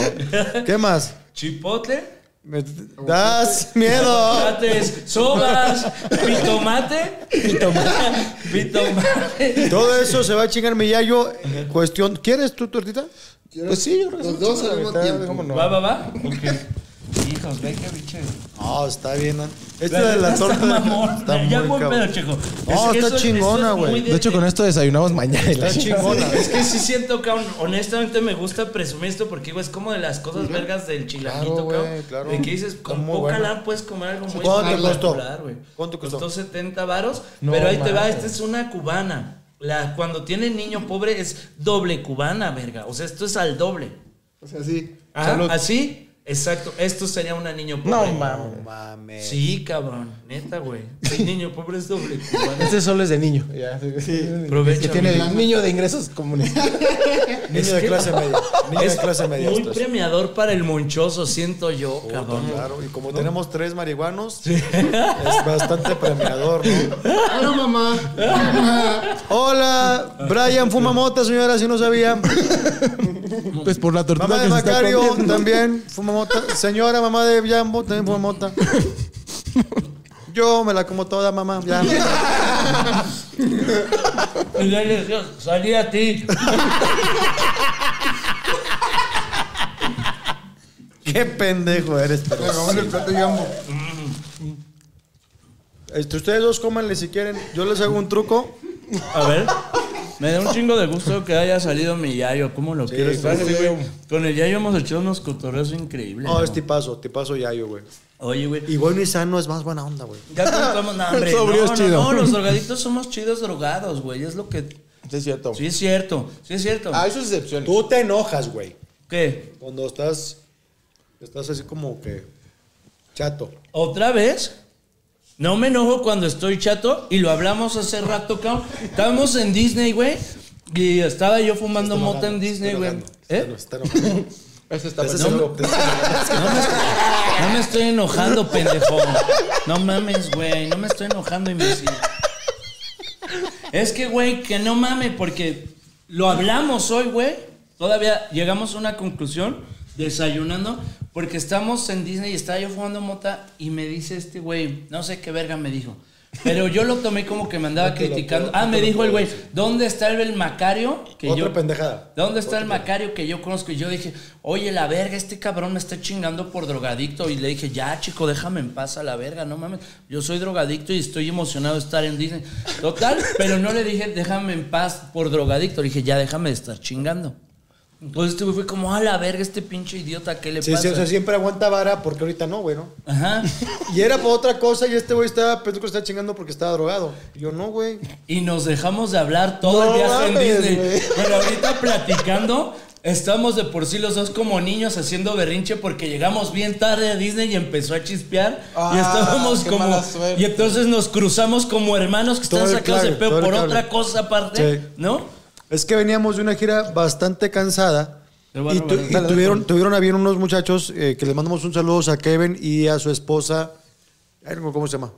S1: ¿Qué más?
S2: chipotle,
S1: Me das miedo.
S2: tomates, sobas, pitomate, pitomate, pitomate.
S1: Todo eso se va a chingar mi Yayo. Cuestión, ¿quieres tu tortita?
S3: Pues sí, yo creo que
S5: Los
S3: sí,
S5: dos
S3: la
S5: al mismo
S3: mitad,
S5: tiempo.
S3: ¿cómo no?
S2: ¿Va, va, va? Ok. Hijos, ve qué biche.
S1: No, está bien. ¿no? Esta
S4: La
S1: de la
S4: neta
S1: torta.
S4: Está mamón. ya
S1: muy
S4: buen
S1: cabrón.
S4: pedo, chico.
S1: No, está chingona, güey.
S3: De hecho, con esto desayunamos mañana. y la
S1: Está
S3: chingada.
S1: chingona.
S4: Es que sí siento, cabrón. Honestamente me gusta presumir esto porque, güey, es como de las cosas vergas del chilanguito,
S1: Claro,
S4: cabrón.
S1: güey, claro.
S4: De que dices, con
S1: Está muy
S4: poca
S1: bueno.
S4: lana puedes comer algo muy
S1: ¿Cuánto te costó?
S4: espectacular, güey.
S1: ¿Cuánto costó?
S4: Costó 70 varos,
S3: No
S4: pero ahí te va,
S3: mames.
S4: esta es una cubana. La, cuando tiene niño pobre es doble cubana, verga. O sea, esto es al doble.
S1: O sea, sí.
S4: Ah,
S1: Salud.
S4: ¿Así? Exacto. Esto sería una niño
S3: No
S4: pobre.
S1: No
S3: mames.
S1: mames.
S4: Sí, cabrón. Neta, güey. El niño pobre es doble cubana.
S3: Este solo es de niño.
S4: Aprovecha,
S3: Que tiene
S4: amigo.
S3: el niño de ingresos comunes.
S1: Niño de clase media. Niño de clase media.
S4: Muy
S1: esto es.
S4: premiador para el monchoso, siento yo,
S1: Puta,
S4: cabrón.
S1: Claro, y como tenemos tres marihuanos, es bastante premiador, ¿no?
S5: Hola, mamá.
S1: Hola, Brian fuma mota, señora, si no sabía.
S3: Pues por la tortilla
S1: Mamá de
S3: que se está
S1: Macario
S3: comiendo.
S1: también fuma mota. Señora, mamá de Jambo también fuma mota. Yo me la como toda, mamá. Ya.
S4: Y le dije, salí a ti.
S1: Qué pendejo eres, pero.
S5: Le robó el plato y ambo.
S1: Este, ustedes dos cómanle si quieren. Yo les hago un truco.
S4: A ver.
S2: Me da un chingo de gusto que haya salido mi Yayo. ¿Cómo lo quieres?
S1: sí, sí,
S2: güey? Con el Yayo hemos hecho unos cotorreos increíbles.
S1: No,
S2: ¿no?
S1: es tipazo, tipazo Yayo, güey.
S2: Oye, güey.
S1: Y bueno y sano es más buena onda, güey.
S2: Ya contamos, no, hombre. No,
S3: Sobrio es
S2: no,
S3: chido.
S2: no, los drogaditos somos chidos drogados, güey. Es lo que.
S3: Sí, es cierto.
S2: Sí, es cierto. Sí, es cierto.
S3: Ah, eso es excepción.
S1: Tú te enojas, güey.
S2: ¿Qué?
S1: Cuando estás. Estás así como que. Chato.
S2: ¿Otra vez? No me enojo cuando estoy chato y lo hablamos hace rato, cabrón. Estábamos en Disney, güey. Y estaba yo fumando mota en Disney,
S1: Está
S2: güey.
S1: enojando, está
S2: ¿Eh?
S1: enojando, Está enojando.
S3: Eso está
S2: Pues
S1: Te haces enojo, te haces enojo.
S2: No me, estoy, no me estoy enojando, pendejo. No mames, güey. No me estoy enojando, imbécil. Es que, güey, que no mames, porque lo hablamos hoy, güey. Todavía llegamos a una conclusión desayunando, porque estamos en Disney y estaba yo fumando mota y me dice este güey, no sé qué verga me dijo. Pero yo lo tomé como que me andaba criticando.
S1: puedo-
S2: Ah,
S1: no
S2: me
S1: te lo
S2: dijo el
S1: puedo
S2: güey,
S1: decir.
S2: ¿dóndónde está el Macario? pues, Que
S1: Otra
S2: yo-
S1: pendejada.
S2: ¿Dónde está el Macario que yo conozco? Y yo dije, oye, la verga, este cabrón me está chingando por drogadicto. Y le dije, ya, chico, déjame en paz a la verga, no mames. Yo soy drogadicto y estoy emocionado de estar en Disney. Total, pero no le dije, déjame en paz por drogadicto. Le dije, ya, déjame de estar chingando. Entonces este güey fue como, a la verga, este pinche idiota, ¿qué le
S1: Sí,
S2: pasa?
S1: sí, o sea, siempre aguanta vara porque ahorita no, güey, ¿no?
S2: Ajá.
S1: Y era para otra cosa y este güey estaba, pensó que estaba chingando porque estaba drogado. Y yo, no, güey.
S2: Y nos dejamos de hablar todo
S1: No
S2: el viaje
S1: mames,
S2: en Disney.
S1: güey.
S2: Pero ahorita platicando, estamos de por sí los dos como niños haciendo berrinche porque llegamos bien tarde a Disney y empezó a chispear. y
S3: Ah,
S2: estábamos
S3: qué
S2: como.
S3: mala suerte.
S2: Y entonces nos cruzamos como hermanos que
S1: Todo
S2: están
S1: el
S2: sacados de
S1: cable, todo
S2: peo
S1: el
S2: por
S1: cable.
S2: otra cosa aparte,
S1: Sí.
S2: ¿no?
S1: Es que veníamos de una gira bastante cansada.
S2: Te voy a
S1: Y,
S2: robar
S1: tu-
S2: el-
S1: y
S3: dale,
S1: tuvieron, tuvieron a bien unos muchachos eh, que les mandamos un saludo a Kevin y a su esposa. ay, no, ¿Cómo se llama?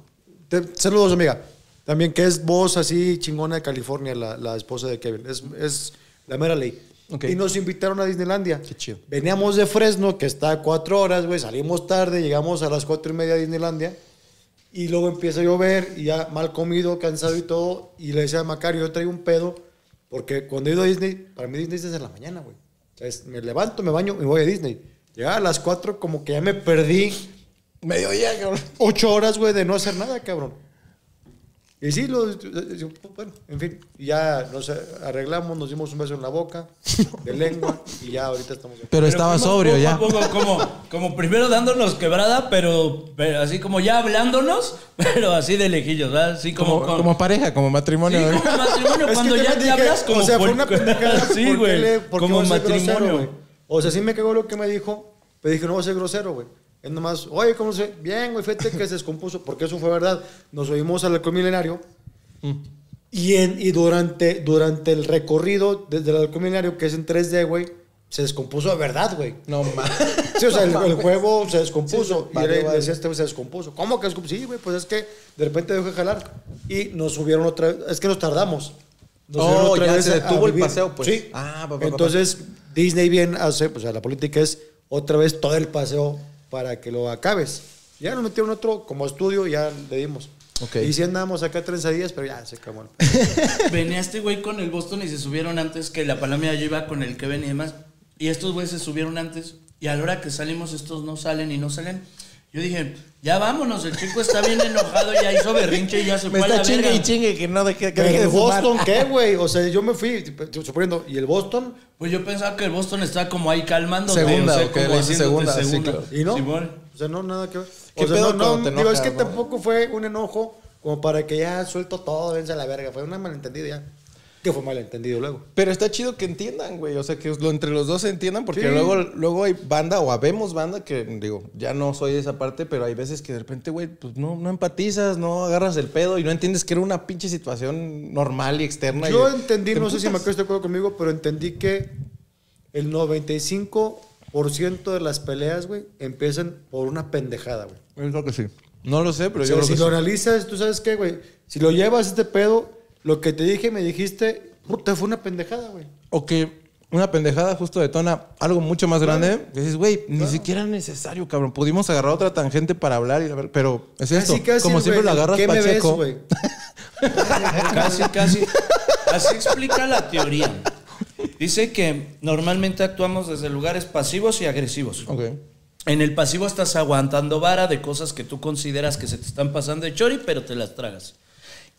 S1: Te- saludos, amiga. También que es voz así chingona de California, la, la esposa de Kevin. Es, es la mera ley.
S3: Ok.
S1: Y nos invitaron a Disneylandia.
S3: Qué chido.
S1: Veníamos de Fresno, que está a cuatro horas, güey. Salimos tarde, llegamos a las cuatro y media a Disneylandia. Y luego empieza a llover y ya mal comido, cansado y todo. Y le decía a Macario, yo traigo un pedo. Porque cuando he ido a Disney, para mí Disney es desde la mañana, güey. O sea, es- me levanto, me baño y voy a Disney. Llegaba a las 4, como que ya me perdí
S3: Mediodía, cabrón.
S1: ocho horas, güey, de no hacer nada, cabrón. Y sí, lo, yo, bueno, en fin, ya nos arreglamos, nos dimos un beso en la boca, de lengua, y ya ahorita estamos...
S3: Pero estaba
S2: fuimos
S3: sobrio
S2: poco a
S3: ya.
S2: poco, como, como primero dándonos quebrada, pero, pero así como ya hablándonos, pero así de lejillos, ¿verdad? Así como.
S3: Como,
S2: con-
S3: como pareja, como matrimonio.
S2: Sí,
S3: güey.
S2: como matrimonio,
S1: Es que
S2: cuando
S1: yo
S2: ya
S1: le
S2: te
S1: dije,
S2: hablas como
S1: O sea, fue
S2: por-
S1: una pendejada.
S2: sí,
S1: ¿por qué le-
S2: güey,
S1: por qué
S2: como
S1: voy a ser grosero,
S2: matrimonio.
S1: güey? O sea, sí me cagó lo que me dijo, pero dije, no voy a ser grosero, güey. Es nomás, oye, ¿cómo se...? Bien, güey, fíjate que se descompuso, porque eso fue verdad. Nos oímos al alcohol milenario.
S2: Mm.
S1: Y, en, y durante, durante el recorrido desde el alcohol milenario, que es en 3D, güey, se descompuso de verdad, güey.
S3: No mames.
S1: Sí, o sea, el, el juego se descompuso.
S3: Sí, sí,
S1: y
S3: vale,
S1: le- le
S3: vale.
S1: decía este güey, se descompuso. ¿Cómo que descompuso? Sí, güey, pues es que de repente dejó de jalar. Y nos subieron otra vez. Es que nos tardamos. Nos
S3: Oh,
S1: subieron
S3: ya se
S1: a- a
S3: detuvo el
S1: vivir.
S3: paseo, pues.
S1: Sí.
S3: Ah, pa, pa, pa,
S1: Entonces, Disney bien hace, o sea, la política es otra vez todo el paseo para que lo acabes. Ya nos metieron otro como estudio y ya le dimos.
S3: Ok.
S1: Y si andábamos acá trenzadillas, pero ya se acabó. el-
S2: Venía este güey con el Boston y se subieron antes que la palomia. Yo iba con el Kevin y demás. Y estos güeyes se subieron antes Y a la hora que salimos, estos no salen y no salen. Yo dije, ya vámonos, el chico está bien enojado, ya hizo berrinche y ya se
S3: Me
S2: fue a
S3: está
S2: la
S3: chingue
S2: verga.
S3: y chingue que no deje, que deje
S1: Pero
S3: de
S1: el
S3: fumar.
S1: Boston, ¿qué, güey? O sea, yo me fui, suponiendo, ¿y el Boston?
S2: Pues yo pensaba que el Boston estaba como ahí calmando.
S3: Segunda, ok, le hice segunda, sí, claro.
S1: ¿Y no?
S2: Simón.
S1: O sea, no, nada que ver.
S3: ¿Qué
S1: O sea,
S3: pedo
S1: no, no,
S3: cuando te
S1: digo,
S3: enojas,
S1: es que
S3: no?
S1: tampoco fue un enojo como para que ya suelto todo, vence a la verga. Fue una malentendida ya. Que fue malentendido luego.
S3: Pero está chido que entiendan, güey. O sea, que lo, entre los dos se entiendan, porque
S1: Sí.
S3: luego, luego hay banda o habemos banda que, digo, ya no soy de esa parte, pero hay veces que de repente, güey, pues no, no empatizas, no agarras el pedo y no entiendes que era una pinche situación normal y externa.
S1: Yo
S3: y-
S1: entendí,
S3: te
S1: no sé si
S3: emputas.
S1: Macri está de acuerdo conmigo, pero entendí que el 95% de las peleas, güey, empiezan por una pendejada, güey.
S3: Yo creo que sí. No lo sé, pero
S1: O
S3: yo
S1: sea,
S3: creo
S1: si
S3: que
S1: lo
S3: sí.
S1: analizas, tú sabes qué, güey. Si lo llevas este pedo, lo que te dije, me dijiste, puta, fue una pendejada, güey.
S3: O que una pendejada justo detona algo mucho más grande. que Dices, güey, ni siquiera era necesario, cabrón. Pudimos agarrar otra tangente para hablar, y la ver- pero es esto. Como
S1: el
S3: siempre
S1: güey,
S3: lo agarras,
S1: ¿qué me ves,
S3: Pacheco.
S1: güey?
S2: Casi, casi. Así explica la teoría. Dice que normalmente actuamos desde lugares pasivos y agresivos.
S3: Ok.
S2: En el pasivo estás aguantando vara de cosas que tú consideras que se te están pasando de chori, pero te las tragas.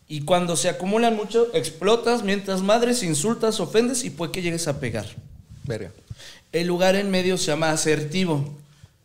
S2: Y cuando se acumulan mucho, explotas, mientras madres, insultas, ofendes y puede que llegues a pegar.
S3: Verga.
S2: El lugar en medio se llama asertivo.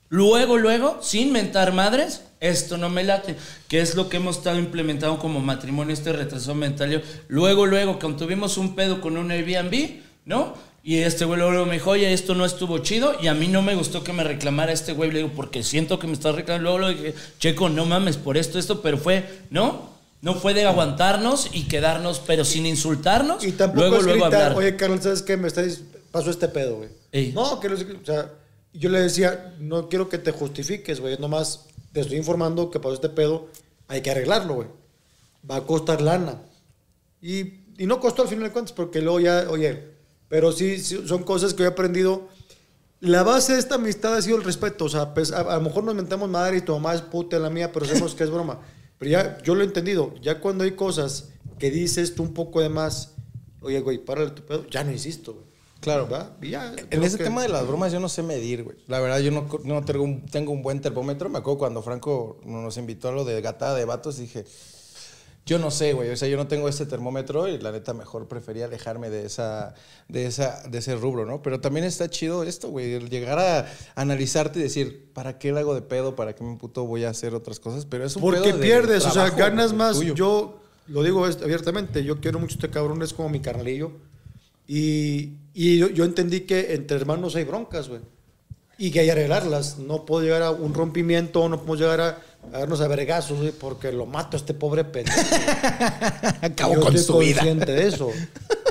S2: Luego, luego, sin mentar madres, esto no me late, que es lo que hemos estado implementando como matrimonio, este retraso mental. Yo, Luego, luego, cuando tuvimos un pedo con un Airbnb, ¿no? Y este güey luego luego me dijo, oye, esto no estuvo chido y a mí no me gustó que me reclamara este güey. Le digo, porque siento que me estás reclamando. Luego le dije, checo, no mames por esto, esto, pero fue, ¿no? No fue de aguantarnos y quedarnos, pero sin insultarnos.
S1: Y tampoco
S2: luego,
S1: es
S2: luego
S1: gritar,
S2: hablar.
S1: oye, Carlos, ¿sabes qué? Me estás, pasó este pedo, güey.
S2: Ey.
S1: No, que no sé qué, O sea, yo le decía, no quiero que te justifiques, güey. Nomás te estoy informando que pasó este pedo. Hay que arreglarlo, güey. Va a costar lana. Y, y no costó al final de cuentas, porque luego ya, oye, pero sí, sí, son cosas que he aprendido. La base de esta amistad ha sido el respeto. O sea, pues, a, a lo mejor nos mentamos madre y tu mamá es puta la mía, pero sabemos que es broma. Pero ya, yo lo he entendido. Ya cuando hay cosas que dices tú un poco de más, oye, güey, párale tu pedo, ya no insisto, güey.
S3: Claro.
S1: ¿Va? Y ya,
S3: En
S1: creo
S3: ese
S1: que-
S3: tema de las bromas yo no sé medir, güey. La verdad yo no, co- no tengo, un, tengo un buen termómetro. Me acuerdo cuando Franco nos invitó a lo de gatada de vatos dije, yo no sé, güey. O sea, yo no tengo ese termómetro y la neta mejor prefería alejarme de, esa, de, esa, de ese rubro, ¿no? Pero también está chido esto, güey. el Llegar a analizarte y decir, ¿para qué le hago de pedo? ¿Para qué me puto voy a hacer otras cosas? Pero es un
S1: Porque
S3: pedo de
S1: pierdes, o
S3: trabajo,
S1: sea, ganas
S3: güey,
S1: más.
S3: tuyo.
S1: Yo lo digo es- abiertamente, yo quiero mucho a este cabrón, es como mi carnalillo. Y, y yo, yo entendí que entre hermanos hay broncas, güey. Y que hay que arreglarlas. No puedo llegar a un rompimiento, no puedo llegar a, a darnos a vergazos, güey, porque lo mato a este pobre pendejo.
S3: Acabo
S1: yo
S3: con
S1: estoy
S3: su vida.
S1: consciente de eso.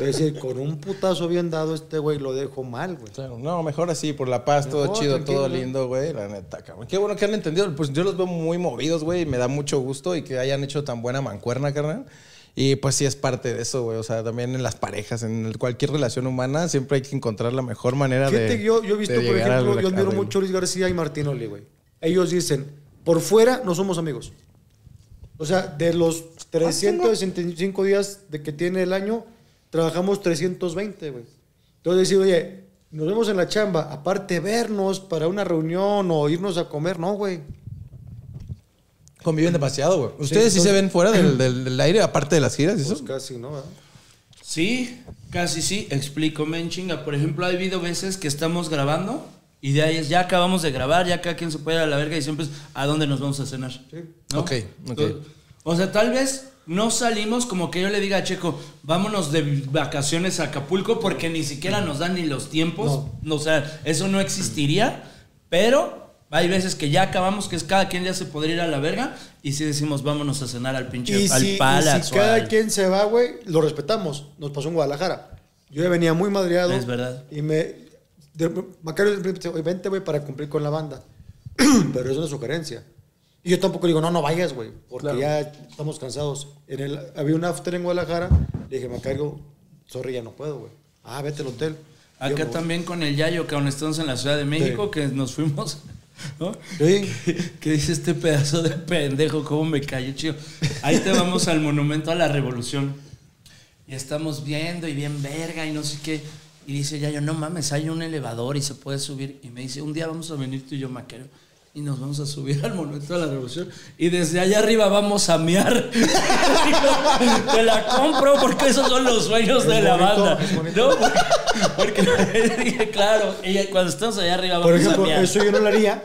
S1: Es decir, con un putazo bien dado, este güey lo dejo mal, güey.
S3: Claro, no, mejor así, por la paz, todo
S1: Mejor,
S3: chido,
S1: tranquilo,
S3: todo
S1: ¿no?
S3: lindo, güey, la neta, cabrón. Qué bueno que han entendido, pues yo los veo muy movidos, güey, y me da mucho gusto y que hayan hecho tan buena mancuerna, carnal. Y pues sí es parte de eso, güey, o sea, también en las parejas, en el- cualquier relación humana, siempre hay que encontrar la mejor manera
S1: Fíjate
S3: de
S1: que yo, yo he visto,
S3: de
S1: por
S3: llegar
S1: ejemplo,
S3: al-
S1: yo admiro
S3: al-
S1: mucho a Luis García y Martín Oli, güey. Ellos dicen, por fuera no somos amigos. O sea, de los 365 días de que tiene el año, trabajamos 320, güey. Entonces decir, oye, nos vemos en la chamba, aparte de vernos para una reunión o irnos a comer, no, güey.
S3: Conviven demasiado, güey. Ustedes sí,
S1: entonces-
S3: se ven fuera del, del- del aire, aparte de las giras y
S1: Pues
S3: eso.
S1: casi, ¿no? ¿verdad?
S2: Sí, casi sí, explico, men chinga. Por ejemplo, ha habido veces que estamos grabando y de ahí es, ya acabamos de grabar, ya cada quien se puede ir a la verga y siempre es, ¿a dónde nos vamos a cenar? ¿No?
S3: Ok, ok.
S2: O sea, tal vez no salimos como que yo le diga a Checo, vámonos de vacaciones a Acapulco porque ni siquiera nos dan ni los tiempos. O sea, eso no existiría, pero... Hay veces que ya acabamos, que es cada quien ya se podría ir a la verga, y si decimos vámonos a cenar al pinche
S1: Y
S2: al
S1: si, y
S2: Palace
S1: si
S2: o
S1: cada
S2: al-
S1: quien se va, güey, lo respetamos. Nos pasó en Guadalajara. Yo ya venía muy madreado.
S2: Es verdad.
S1: Y me. de- Macario siempre dice, "Oye, vente, güey, para cumplir con la banda. Pero es una sugerencia. Y yo tampoco digo, no, no vayas, güey, porque ya estamos cansados. En el, había un after en Guadalajara. Le dije, Macario, sorry, ya no puedo, güey. Ah, vete al hotel. Y yo me
S2: Acá
S1: voy.
S2: también con el Yayo, que aún estamos en la Ciudad de México,
S1: Sí.
S2: que nos fuimos, ¿no?
S1: Sí.
S2: Que dice este pedazo de pendejo, cómo me cayó, chido. Ahí te vamos al monumento a la revolución. Y estamos viendo y bien verga y no sé qué. Y dice ya yo, no mames, hay un elevador y se puede subir. Y me dice, un día vamos a venir tú y yo, Maquero. Y nos vamos a subir al Monumento de la Revolución. Y desde allá arriba vamos a mear. Digo, Te la compro porque esos son los sueños de la
S1: bonito,
S2: banda.
S1: es bonito.
S2: No, porque, porque dije, claro, y cuando estamos allá arriba vamos
S1: Por
S2: a
S1: ejemplo,
S2: mear.
S1: eso yo no lo haría,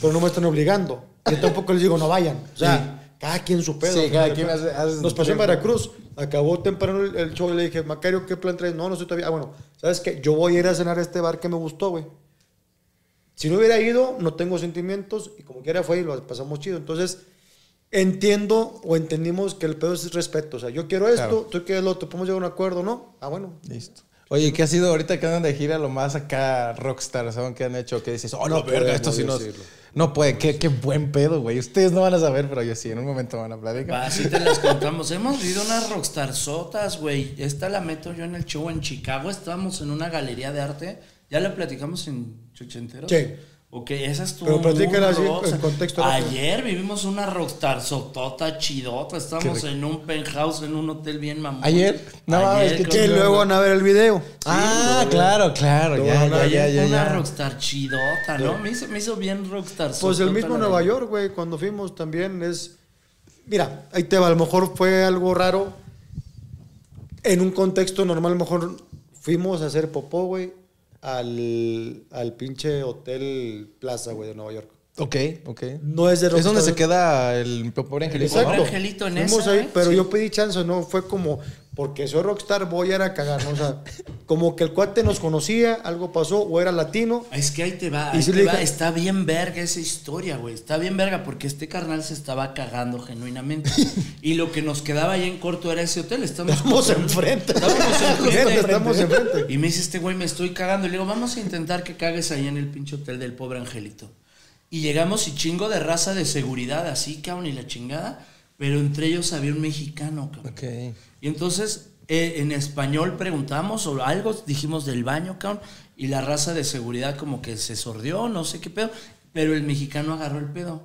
S1: pero no me están obligando. Yo tampoco les digo no vayan. O sea, cada quien su pedo.
S3: Sí,
S1: ¿no?
S3: cada quien hace- hace-
S1: Nos pasó en Veracruz. Acabó temprano el, el show y le dije, Macario, ¿qué plan traes? No, no sé todavía. Ah, bueno, ¿sabes qué? Yo voy a ir a cenar a este bar que me gustó, güey. Si no hubiera ido, no tengo sentimientos y como quiera fue y lo pasamos chido. Entonces, entiendo o entendimos que el pedo es respeto. O sea, yo quiero esto,
S3: Claro.
S1: tú quieres lo otro, podemos llegar a un acuerdo, ¿no? Ah, bueno.
S3: Listo. Oye, ¿qué ha sido ahorita que andan de gira lo más acá rockstar? ¿Saben qué han hecho? Que dices, oh, no,
S1: No
S3: verga,
S1: podemos
S3: esto sí nos...
S1: decirlo.
S3: No puede, qué, qué buen pedo, güey. Ustedes no van a saber, pero yo sí, en un momento van a platicar.
S2: Va, así te las contamos. Hemos vivido unas rockstarzotas, güey. Esta la meto yo en el show en Chicago. Estábamos en una galería de arte. Ya la platicamos en Chuchentero.
S1: Sí.
S2: Ok, esa estuvo
S1: Pero platícala así,
S2: muy rosa.
S1: en contexto rápido.
S2: Ayer vivimos una rockstarzotota chidota. Estábamos en un penthouse, en un hotel bien mamón.
S3: ¿Ayer? No,
S2: Ayer,
S3: es que
S2: con-
S1: Que luego van a ver el video.
S3: ah, claro, claro.
S1: Lo
S3: Ya,
S1: van a
S3: ya,
S1: ver.
S3: ya, ya,
S2: una
S3: ya.
S2: rockstar chidota, ¿no? Me, hizo, me hizo bien rockstar.
S1: Pues el mismo Nueva York, güey, cuando fuimos también es... Mira, ahí te va, a lo mejor fue algo raro. En un contexto normal, a lo mejor fuimos a hacer popó, güey, al, al pinche hotel Plaza, güey, de Nueva York.
S3: Ok, ok.
S1: No es de
S3: Es donde
S1: rockstar.
S3: se queda el pobre angelito. ¿no?
S1: Exacto.
S2: Angelito en
S1: Fuimos
S2: esa,
S1: ahí,
S2: ¿eh?
S1: pero yo pedí chance, no fue como porque soy rockstar, voy a ir a cagar, ¿no? O sea, como que el cuate nos conocía, algo pasó, o era latino.
S2: Es que ahí te va,
S1: Y
S2: ahí
S1: sí
S2: te
S1: le
S2: va.
S1: dije-
S2: Está bien verga esa historia, güey. Está bien verga porque este carnal se estaba cagando genuinamente. y lo que nos quedaba ahí en corto era ese hotel. Estamos,
S1: Estamos enfrente.
S2: Estamos enfrente.
S1: Neta, Estamos enfrente.
S2: Y me dice este güey, me estoy cagando. Y le digo, vamos a intentar que cagues ahí en el pinche hotel del pobre angelito. Y llegamos y chingo de raza de seguridad, así, cabrón, y la chingada. Pero entre ellos había un mexicano, cabrón.
S3: Ok.
S2: Y entonces, eh, en español preguntamos o algo, dijimos del baño, cabrón, y la raza de seguridad como que se sordió, no sé qué pedo, pero el mexicano agarró el pedo.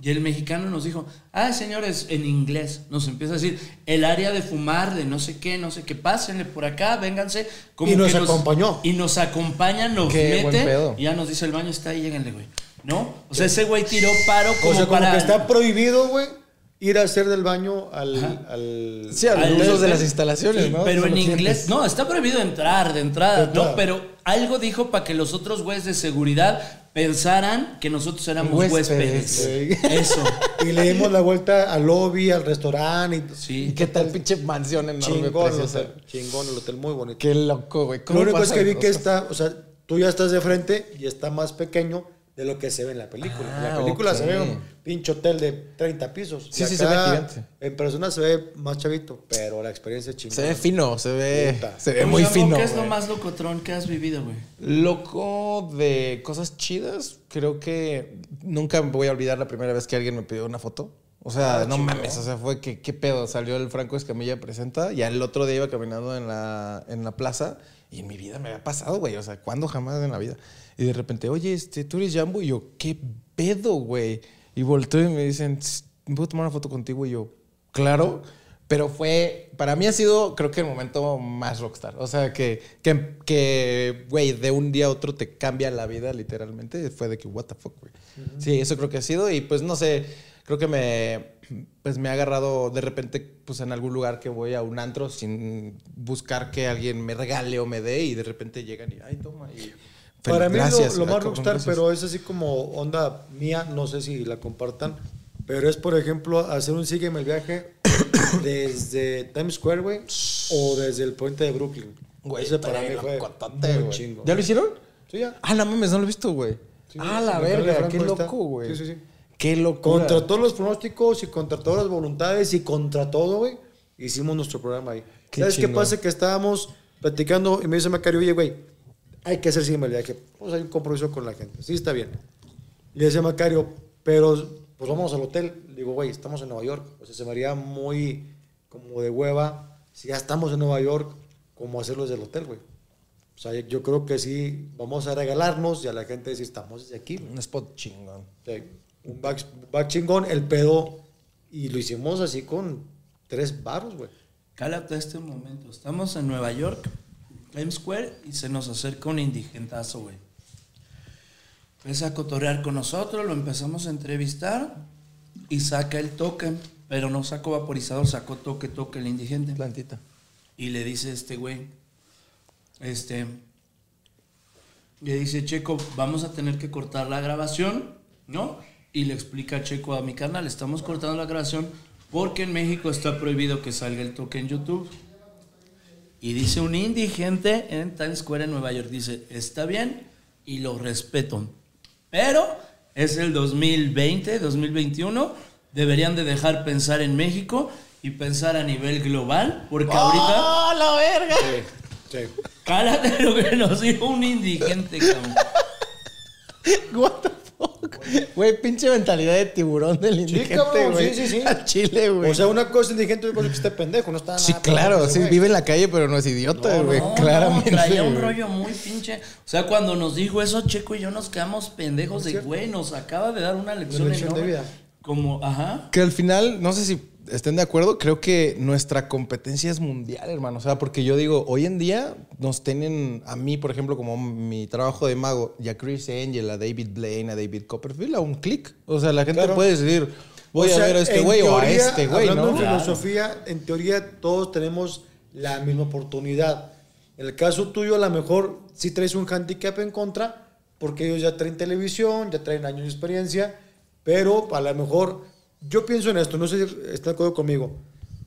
S2: Y el mexicano nos dijo, ah, señores, en inglés, nos empieza a decir, el área de fumar, de no sé qué, no sé qué, pásenle por acá, vénganse.
S1: Y nos acompañó.
S2: Y nos acompañan, nos
S3: Qué buen
S2: mete,
S3: pedo.
S2: y ya nos dice, el baño está ahí, lléguenle, güey. ¿No? O sea, ese güey tiró paro como,
S1: O sea, como
S2: para...
S1: que está prohibido, güey, ir a hacer del baño al. al-
S3: Sí, a
S2: Al-
S3: los usos de las instalaciones,
S2: Sí,
S3: ¿no?
S2: Pero
S3: Son
S2: en
S3: los
S2: inglés,
S3: clientes.
S2: no, está prohibido entrar de entrada,
S1: De entrada.
S2: ¿no? Pero algo dijo para que los otros güeyes de seguridad pensaran que nosotros éramos
S3: Huéspedes,
S2: huéspedes. Eso.
S1: Y le dimos la vuelta al lobby, al restaurante. Y...
S3: ¿Y
S2: Sí.
S3: qué tal pinche mansión enorme,
S1: Chingón, el
S3: preciosa?
S1: hotel, chingón, el hotel muy bonito.
S3: Qué loco, güey.
S1: Lo
S3: ¿Cómo
S1: único es
S3: pasan
S1: que vi que
S3: cosas?
S1: está, o sea, tú ya estás de frente y está más pequeño de lo que se ve en la película. En
S3: Ah,
S1: la película se ve
S3: ok.
S1: un pinche hotel de 30 pisos.
S3: Sí,
S1: Y
S3: sí, se
S1: acá,
S3: ve gigante.
S1: En persona se ve más chavito, pero la experiencia es chingona.
S3: Se ve fino, se ve,
S1: Puta.
S3: se ve muy
S2: Ramón,
S3: fino.
S2: ¿Qué es lo
S3: güey.
S2: más locotrón que has vivido, güey?
S3: Loco de cosas chidas, creo que nunca me voy a olvidar la primera vez que alguien me pidió una foto. O sea, no mames, o sea, fue que qué pedo, salió el Franco Escamilla presenta y al otro día iba caminando en la, en la plaza y en mi vida me había pasado, güey, o sea, ¿cuándo jamás en la vida? Y de repente, oye, este, tú eres Jambo y yo, qué pedo, güey. Y volteo y me dicen, "Tss, ¿me puedo tomar una foto contigo? Y yo, claro. Pero fue, para mí ha sido, creo que el momento más rockstar. O sea, que, que, que, güey, de un día a otro te cambia la vida, literalmente. Fue de que, what the fuck, güey. Sí, eso creo que ha sido. Y pues, no sé, creo que me, pues me ha agarrado de repente, pues en algún lugar que voy a un antro sin buscar que alguien me regale o me dé. Y de repente llegan y, ay, toma. Y,
S1: Para mí lo-
S3: Gracias,
S1: lo,
S3: ah,
S1: más
S3: cabrón,
S1: rockstar,
S3: gracias.
S1: pero es así como onda mía, no sé si la compartan, pero es, por ejemplo, hacer un sígueme el viaje desde Times Square, güey, o desde el puente de Brooklyn.
S3: Güey,
S1: Ese para mí
S3: estaría
S1: fue
S3: locotote,
S1: muy
S3: güey.
S1: chingo.
S3: ¿Ya lo hicieron?
S1: Sí, ya.
S3: Ah, la mames, no lo he visto, güey.
S1: Sí, sí,
S3: ah, la
S1: sí, Natalia
S3: verga,
S1: Franco
S3: qué
S1: está.
S3: loco, güey.
S1: Sí, sí, sí.
S3: Qué locura.
S1: Contra todos los pronósticos y contra todas las voluntades y contra todo, güey, hicimos nuestro programa ahí.
S3: Qué
S1: ¿Sabes qué
S3: chingón.
S1: pasa? Que estábamos platicando y me dice Macario, oye, güey, hay que hacer sígueme el viaje. Pues hay un compromiso con la gente. Sí, está bien. Le decía Macario, pero pues vamos al hotel. Le digo, güey, estamos en Nueva York. O sea, se me haría muy como de hueva si ya estamos en Nueva York, como hacerlo desde el hotel, güey. O sea, yo creo que sí, vamos a regalarnos y a la gente decir, estamos desde aquí, güey.
S3: Un spot chingón.
S1: O sea, un back, back chingón, el pedo. Y lo hicimos así con tres barros, güey.
S2: Cálate este momento. Estamos en Nueva York. M Square y se nos acerca un indigentazo, güey. Empieza a cotorrear con nosotros, lo empezamos a entrevistar y saca el toque, pero no sacó vaporizador, sacó toque, toque el indigente.
S3: Plantita.
S2: Y le dice este güey, este, le dice Checo, vamos a tener que cortar la grabación, ¿no? Y le explica a Checo a mi canal, estamos cortando la grabación porque en México está prohibido que salga el toque en YouTube. Y dice un indigente en Times Square en Nueva York, dice, está bien y lo respeto. Pero es el 2020, 2021, deberían de dejar pensar en México y pensar a nivel global, porque ahorita...
S3: la verga!
S1: Sí.
S2: Cálate lo que nos dijo un indigente, cabrón.
S3: What the fuck? Güey, pinche mentalidad de tiburón del indigente,
S1: cabrón,
S3: güey.
S1: sí, sí, sí.
S3: Al chile, güey.
S1: O sea, una cosa indigente y otra cosa que esté pendejo, no está
S3: sí,
S1: nada
S3: claro.
S1: pendejo,
S3: Sí,
S1: güey.
S3: vive en la calle, pero no es idiota, güey. claramente.
S2: no, traía un
S3: güey.
S2: rollo muy pinche. O sea, cuando nos dijo eso, Checo y yo nos quedamos pendejos de, güey, nos acaba de dar una lección,
S1: lección de
S2: enorme.
S1: vida.
S2: Como, ajá.
S3: Que al final, no sé si estén de acuerdo, creo que nuestra competencia es mundial, hermano. O sea, porque yo digo, hoy en día nos tienen a mí, por ejemplo, como mi trabajo de mago, y a Chris Angel, a David Blaine, a David Copperfield, a un clic. O sea, la gente
S1: Claro.
S3: puede decidir, voy
S1: O sea,
S3: a ver a este
S1: en
S3: güey o a
S1: teoría,
S3: este güey,
S1: Hablando
S3: ¿no?
S1: en
S3: Claro.
S1: filosofía, en teoría todos tenemos la misma oportunidad. En el caso tuyo, a lo mejor sí traes un handicap en contra, porque ellos ya traen televisión, ya traen años de experiencia, pero a lo mejor yo pienso en esto, no sé si estás de acuerdo conmigo.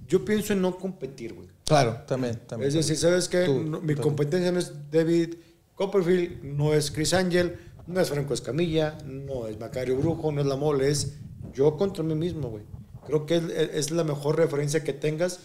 S1: Yo pienso en no competir, güey.
S3: Claro, también, también.
S1: Es decir, ¿sabes qué?
S3: Tú,
S1: No, mi
S3: tú.
S1: competencia no es David Copperfield, no es Chris Angel, no es Franco Escamilla, no es Macario Brujo, no es La Mole, es yo contra mí mismo, güey. Creo que es, es la mejor referencia que tengas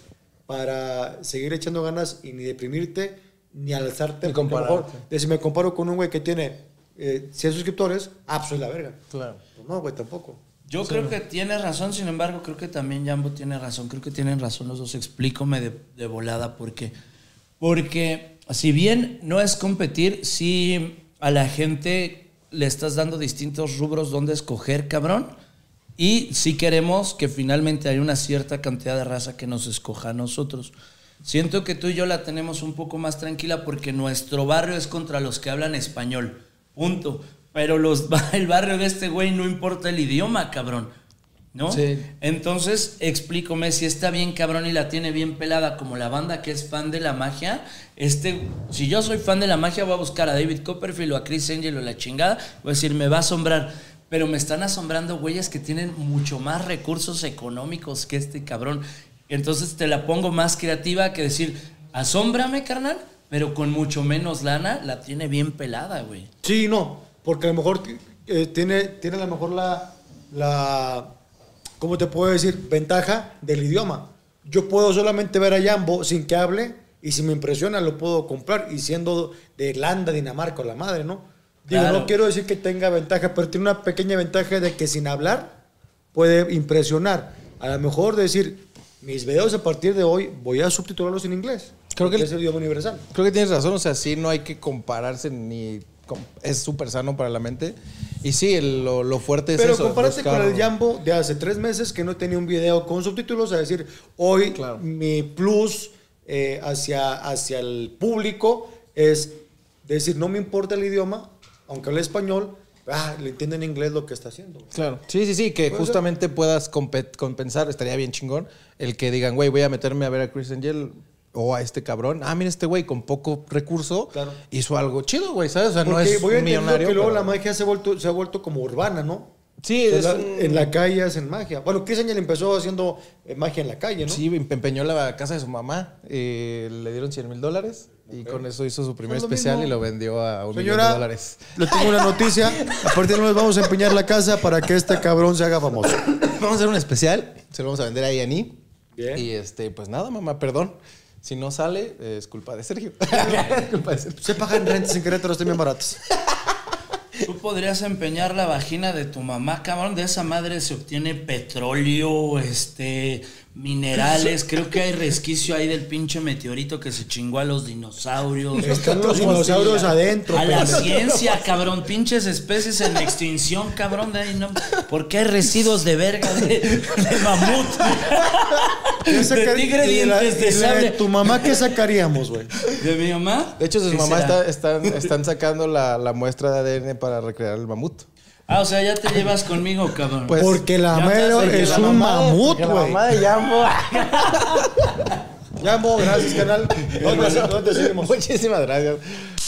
S1: para seguir echando ganas y ni deprimirte, ni alzarte.
S3: Ni
S1: porque a lo mejor,
S3: compararte.
S1: de si me comparo con un güey que tiene eh, 100 suscriptores, ah, pues soy la verga.
S3: Claro.
S1: Pues no, güey, tampoco.
S2: Yo creo que tiene razón, sin embargo, creo que también Jambo tiene razón. Creo que tienen razón los dos. Explícame de, de volada por qué. Porque si bien no es competir, sí a la gente le estás dando distintos rubros donde escoger, cabrón. Y sí queremos que finalmente hay una cierta cantidad de raza que nos escoja a nosotros. Siento que tú y yo la tenemos un poco más tranquila porque nuestro barrio es contra los que hablan español. Punto. Pero los, ba- el barrio de este güey no importa el idioma, cabrón. ¿No?
S3: Sí.
S2: Entonces, explícame si está bien cabrón y la tiene bien pelada como la banda que es fan de la magia. Este, si yo soy fan de la magia, voy a buscar a David Copperfield o a Chris Angel o la chingada. Voy a decir, me va a asombrar. Pero me están asombrando güeyes que tienen mucho más recursos económicos que este cabrón. Entonces te la pongo más creativa que decir, asómbrame, carnal, pero con mucho menos lana, la tiene bien pelada, güey.
S1: Sí, no, porque a lo mejor eh, tiene, tiene a lo mejor la, la, ¿cómo te puedo decir? Ventaja del idioma. Yo puedo solamente ver a Jambo sin que hable y si me impresiona lo puedo comprar y siendo de Irlanda, Dinamarca o la madre, ¿no? Digo,
S2: Claro.
S1: no quiero decir que tenga ventaja, pero tiene una pequeña ventaja de que sin hablar puede impresionar. A lo mejor decir, mis videos a partir de hoy voy a subtitularlos en inglés.
S3: Creo
S1: porque
S3: que el-
S1: es el idioma universal.
S3: Creo que tienes razón, o sea, sí, no hay que compararse ni... com- Es súper sano para la mente. Y sí, el- lo, lo fuerte es
S1: Pero
S3: eso.
S1: compárate
S3: buscar-
S1: con el Jambo de hace tres meses que no tenía un video con subtítulos, a decir, hoy
S3: Claro.
S1: mi plus eh, hacia, hacia el público es decir, no me importa el idioma, aunque hable español, ah, le entienden en inglés lo que está haciendo. güey.
S3: Claro. Sí, sí, sí, que
S1: Puede
S3: justamente puedas compe- compensar, estaría bien chingón, el que digan, güey, voy a meterme a ver a Chris Angel o a este cabrón. Ah, mira, este güey con poco recurso
S1: Claro.
S3: hizo algo chido, güey, ¿sabes? O sea, no
S1: Porque
S3: es
S1: voy a
S3: un
S1: entender
S3: millonario.
S1: que luego
S3: pero-
S1: la magia se ha vuelto, se ha vuelto como urbana, ¿no?
S3: Sí,
S1: O sea,
S3: es
S1: la-
S3: un-
S1: En la calle hacen magia. Bueno, Chris Angel empezó haciendo eh, magia en la calle, ¿no?
S3: Sí, empe- empeñó la casa de su mamá, eh, le dieron 100 mil dólares y con eso hizo su primer
S1: Es lo
S3: especial
S1: mismo.
S3: y lo vendió a un millón de
S1: Señora,
S3: dólares.
S1: le tengo una noticia. A partir de hoy vamos a empeñar la casa para que este cabrón se haga famoso.
S3: Vamos a hacer un especial, se lo vamos a vender a Yaní.
S1: Bien.
S3: Y este, pues nada, mamá, perdón. Si no sale, eh, es culpa de Sergio. es culpa de Sergio.
S1: Se pagan rentas en Querétaro, están bien baratas.
S2: Tú podrías empeñar la vagina de tu mamá, cabrón. De esa madre se obtiene petróleo, este, minerales. Creo que hay resquicio ahí del pinche meteorito que se chingó a los dinosaurios.
S1: Están los dinosaurios adentro.
S2: A la
S1: pendejo.
S2: ciencia, cabrón. Pinches especies en extinción, cabrón. De ahí no- ¿Por qué hay residuos de verga de, de mamut?
S1: ¿Qué saca-
S2: tigre
S1: y la-
S2: dientes de
S1: y la de
S2: sable.
S1: tu mamá qué sacaríamos, güey?
S2: ¿De mi mamá?
S3: De hecho, sus
S2: ¿Qué
S3: mamás
S2: será?
S3: está- están, están sacando la, la muestra de ADN para recrear el mamut.
S2: Ah, o sea, ya te llevas conmigo, cabrón.
S3: Pues,
S1: porque la
S2: ya
S1: Melo
S2: sabes que
S1: es
S2: la
S1: un mamut,
S3: porque la
S1: güey.
S3: mamá de Jambo.
S1: Ya, mo, gracias, canal. ¿Dónde, dónde seguimos?
S3: Muchísimas gracias.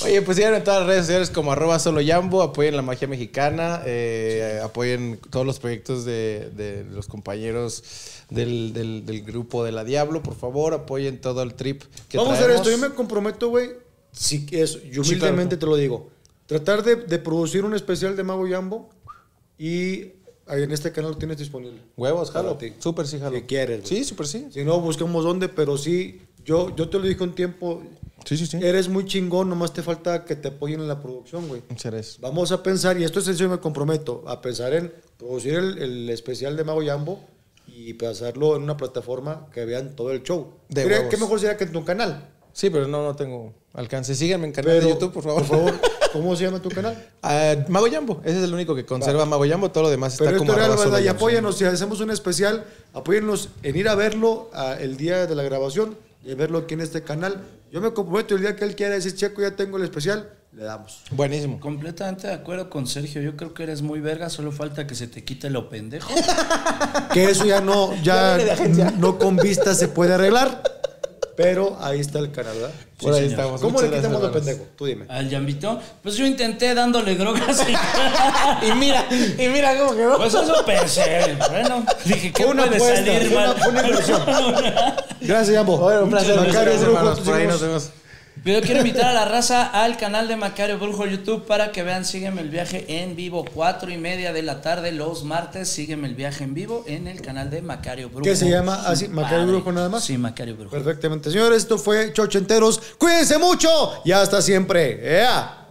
S3: Oye, pues sigan en todas las redes sociales como arroba solo Jambo, apoyen la magia mexicana, eh, apoyen todos los proyectos de, de los compañeros del, del- del grupo de la Diablo, por favor, apoyen todo el trip que
S1: Vamos a hacer
S3: traemos.
S1: esto. Yo me comprometo, güey. Si es, yo
S3: Sí, claro.
S1: humildemente te lo digo. Tratar de, de producir un especial de Mago Yambo y ahí en este canal lo tienes disponible.
S3: Huevos, jalo.
S1: Para ti.
S3: Súper sí, jalo.
S1: Si quieres, güey.
S3: Sí, súper sí.
S1: Si no, buscamos dónde, pero sí, yo, yo te lo dije un tiempo.
S3: Sí, sí, sí.
S1: Eres muy chingón, nomás te falta que te apoyen en la producción, güey.
S3: Seres.
S1: Vamos a pensar, y esto es en serio, me comprometo, a pensar en producir el, el especial de Mago Yambo y pasarlo en una plataforma que vean todo el show.
S3: De
S1: Creo
S3: huevos.
S1: que mejor sería que en tu canal.
S3: Sí, pero no, no tengo alcance. Síganme en canal de YouTube, por favor.
S1: ¿cómo se llama tu canal?
S3: Ah, Mago Jambo, ese es el único que conserva Mago Jambo, todo lo demás está
S1: Pero esto
S3: como
S1: es real,
S3: arroba solo
S1: ¿verdad? Y
S3: Jambo.
S1: apóyanos, si hacemos un especial, apóyennos en ir a verlo ah, el día de la grabación y verlo aquí en este canal. Yo me comprometo el día que él quiera decir, Checo, ya tengo el especial, le damos.
S3: Buenísimo.
S2: Completamente de acuerdo con Sergio. Yo creo que eres muy verga, solo falta que se te quite lo pendejo.
S1: Que eso ya no, ya no con vista se puede arreglar, pero ahí está el canal, ¿verdad?
S3: Por ahí
S2: señor.
S3: estamos.
S1: ¿Cómo le
S3: Muchas gracias,
S1: quitamos lo
S3: hermanos.
S1: pendejo? Tú dime.
S2: Al Jambito. Pues yo intenté dándole drogas y.
S3: Y mira, y mira cómo quedó.
S2: Pues eso pensé. Bueno, dije, ¿qué
S1: Fue una
S2: puede
S1: apuesta,
S2: salir
S1: fue una-
S2: mal?
S1: fue una inversión. Gracias, Jambo.
S3: Bueno, un placer.
S1: Macario,
S3: Gracias,
S1: Brujo,
S3: hermanos.
S1: tú
S3: Por ahí
S1: síguenos.
S3: nos vemos.
S2: Pero yo quiero invitar a la raza al canal de Macario Brujo YouTube para que vean Sígueme el viaje en vivo, cuatro y media de la tarde los martes. Sígueme el viaje en vivo en el canal de Macario Brujo.
S1: ¿Qué se llama
S2: Su
S1: así? ¿Macario
S2: padre.
S1: Brujo nada más?
S2: Sí, Macario Brujo.
S1: Perfectamente, señores, esto fue Chochenteros. Cuídense mucho y hasta siempre. ¡Ea!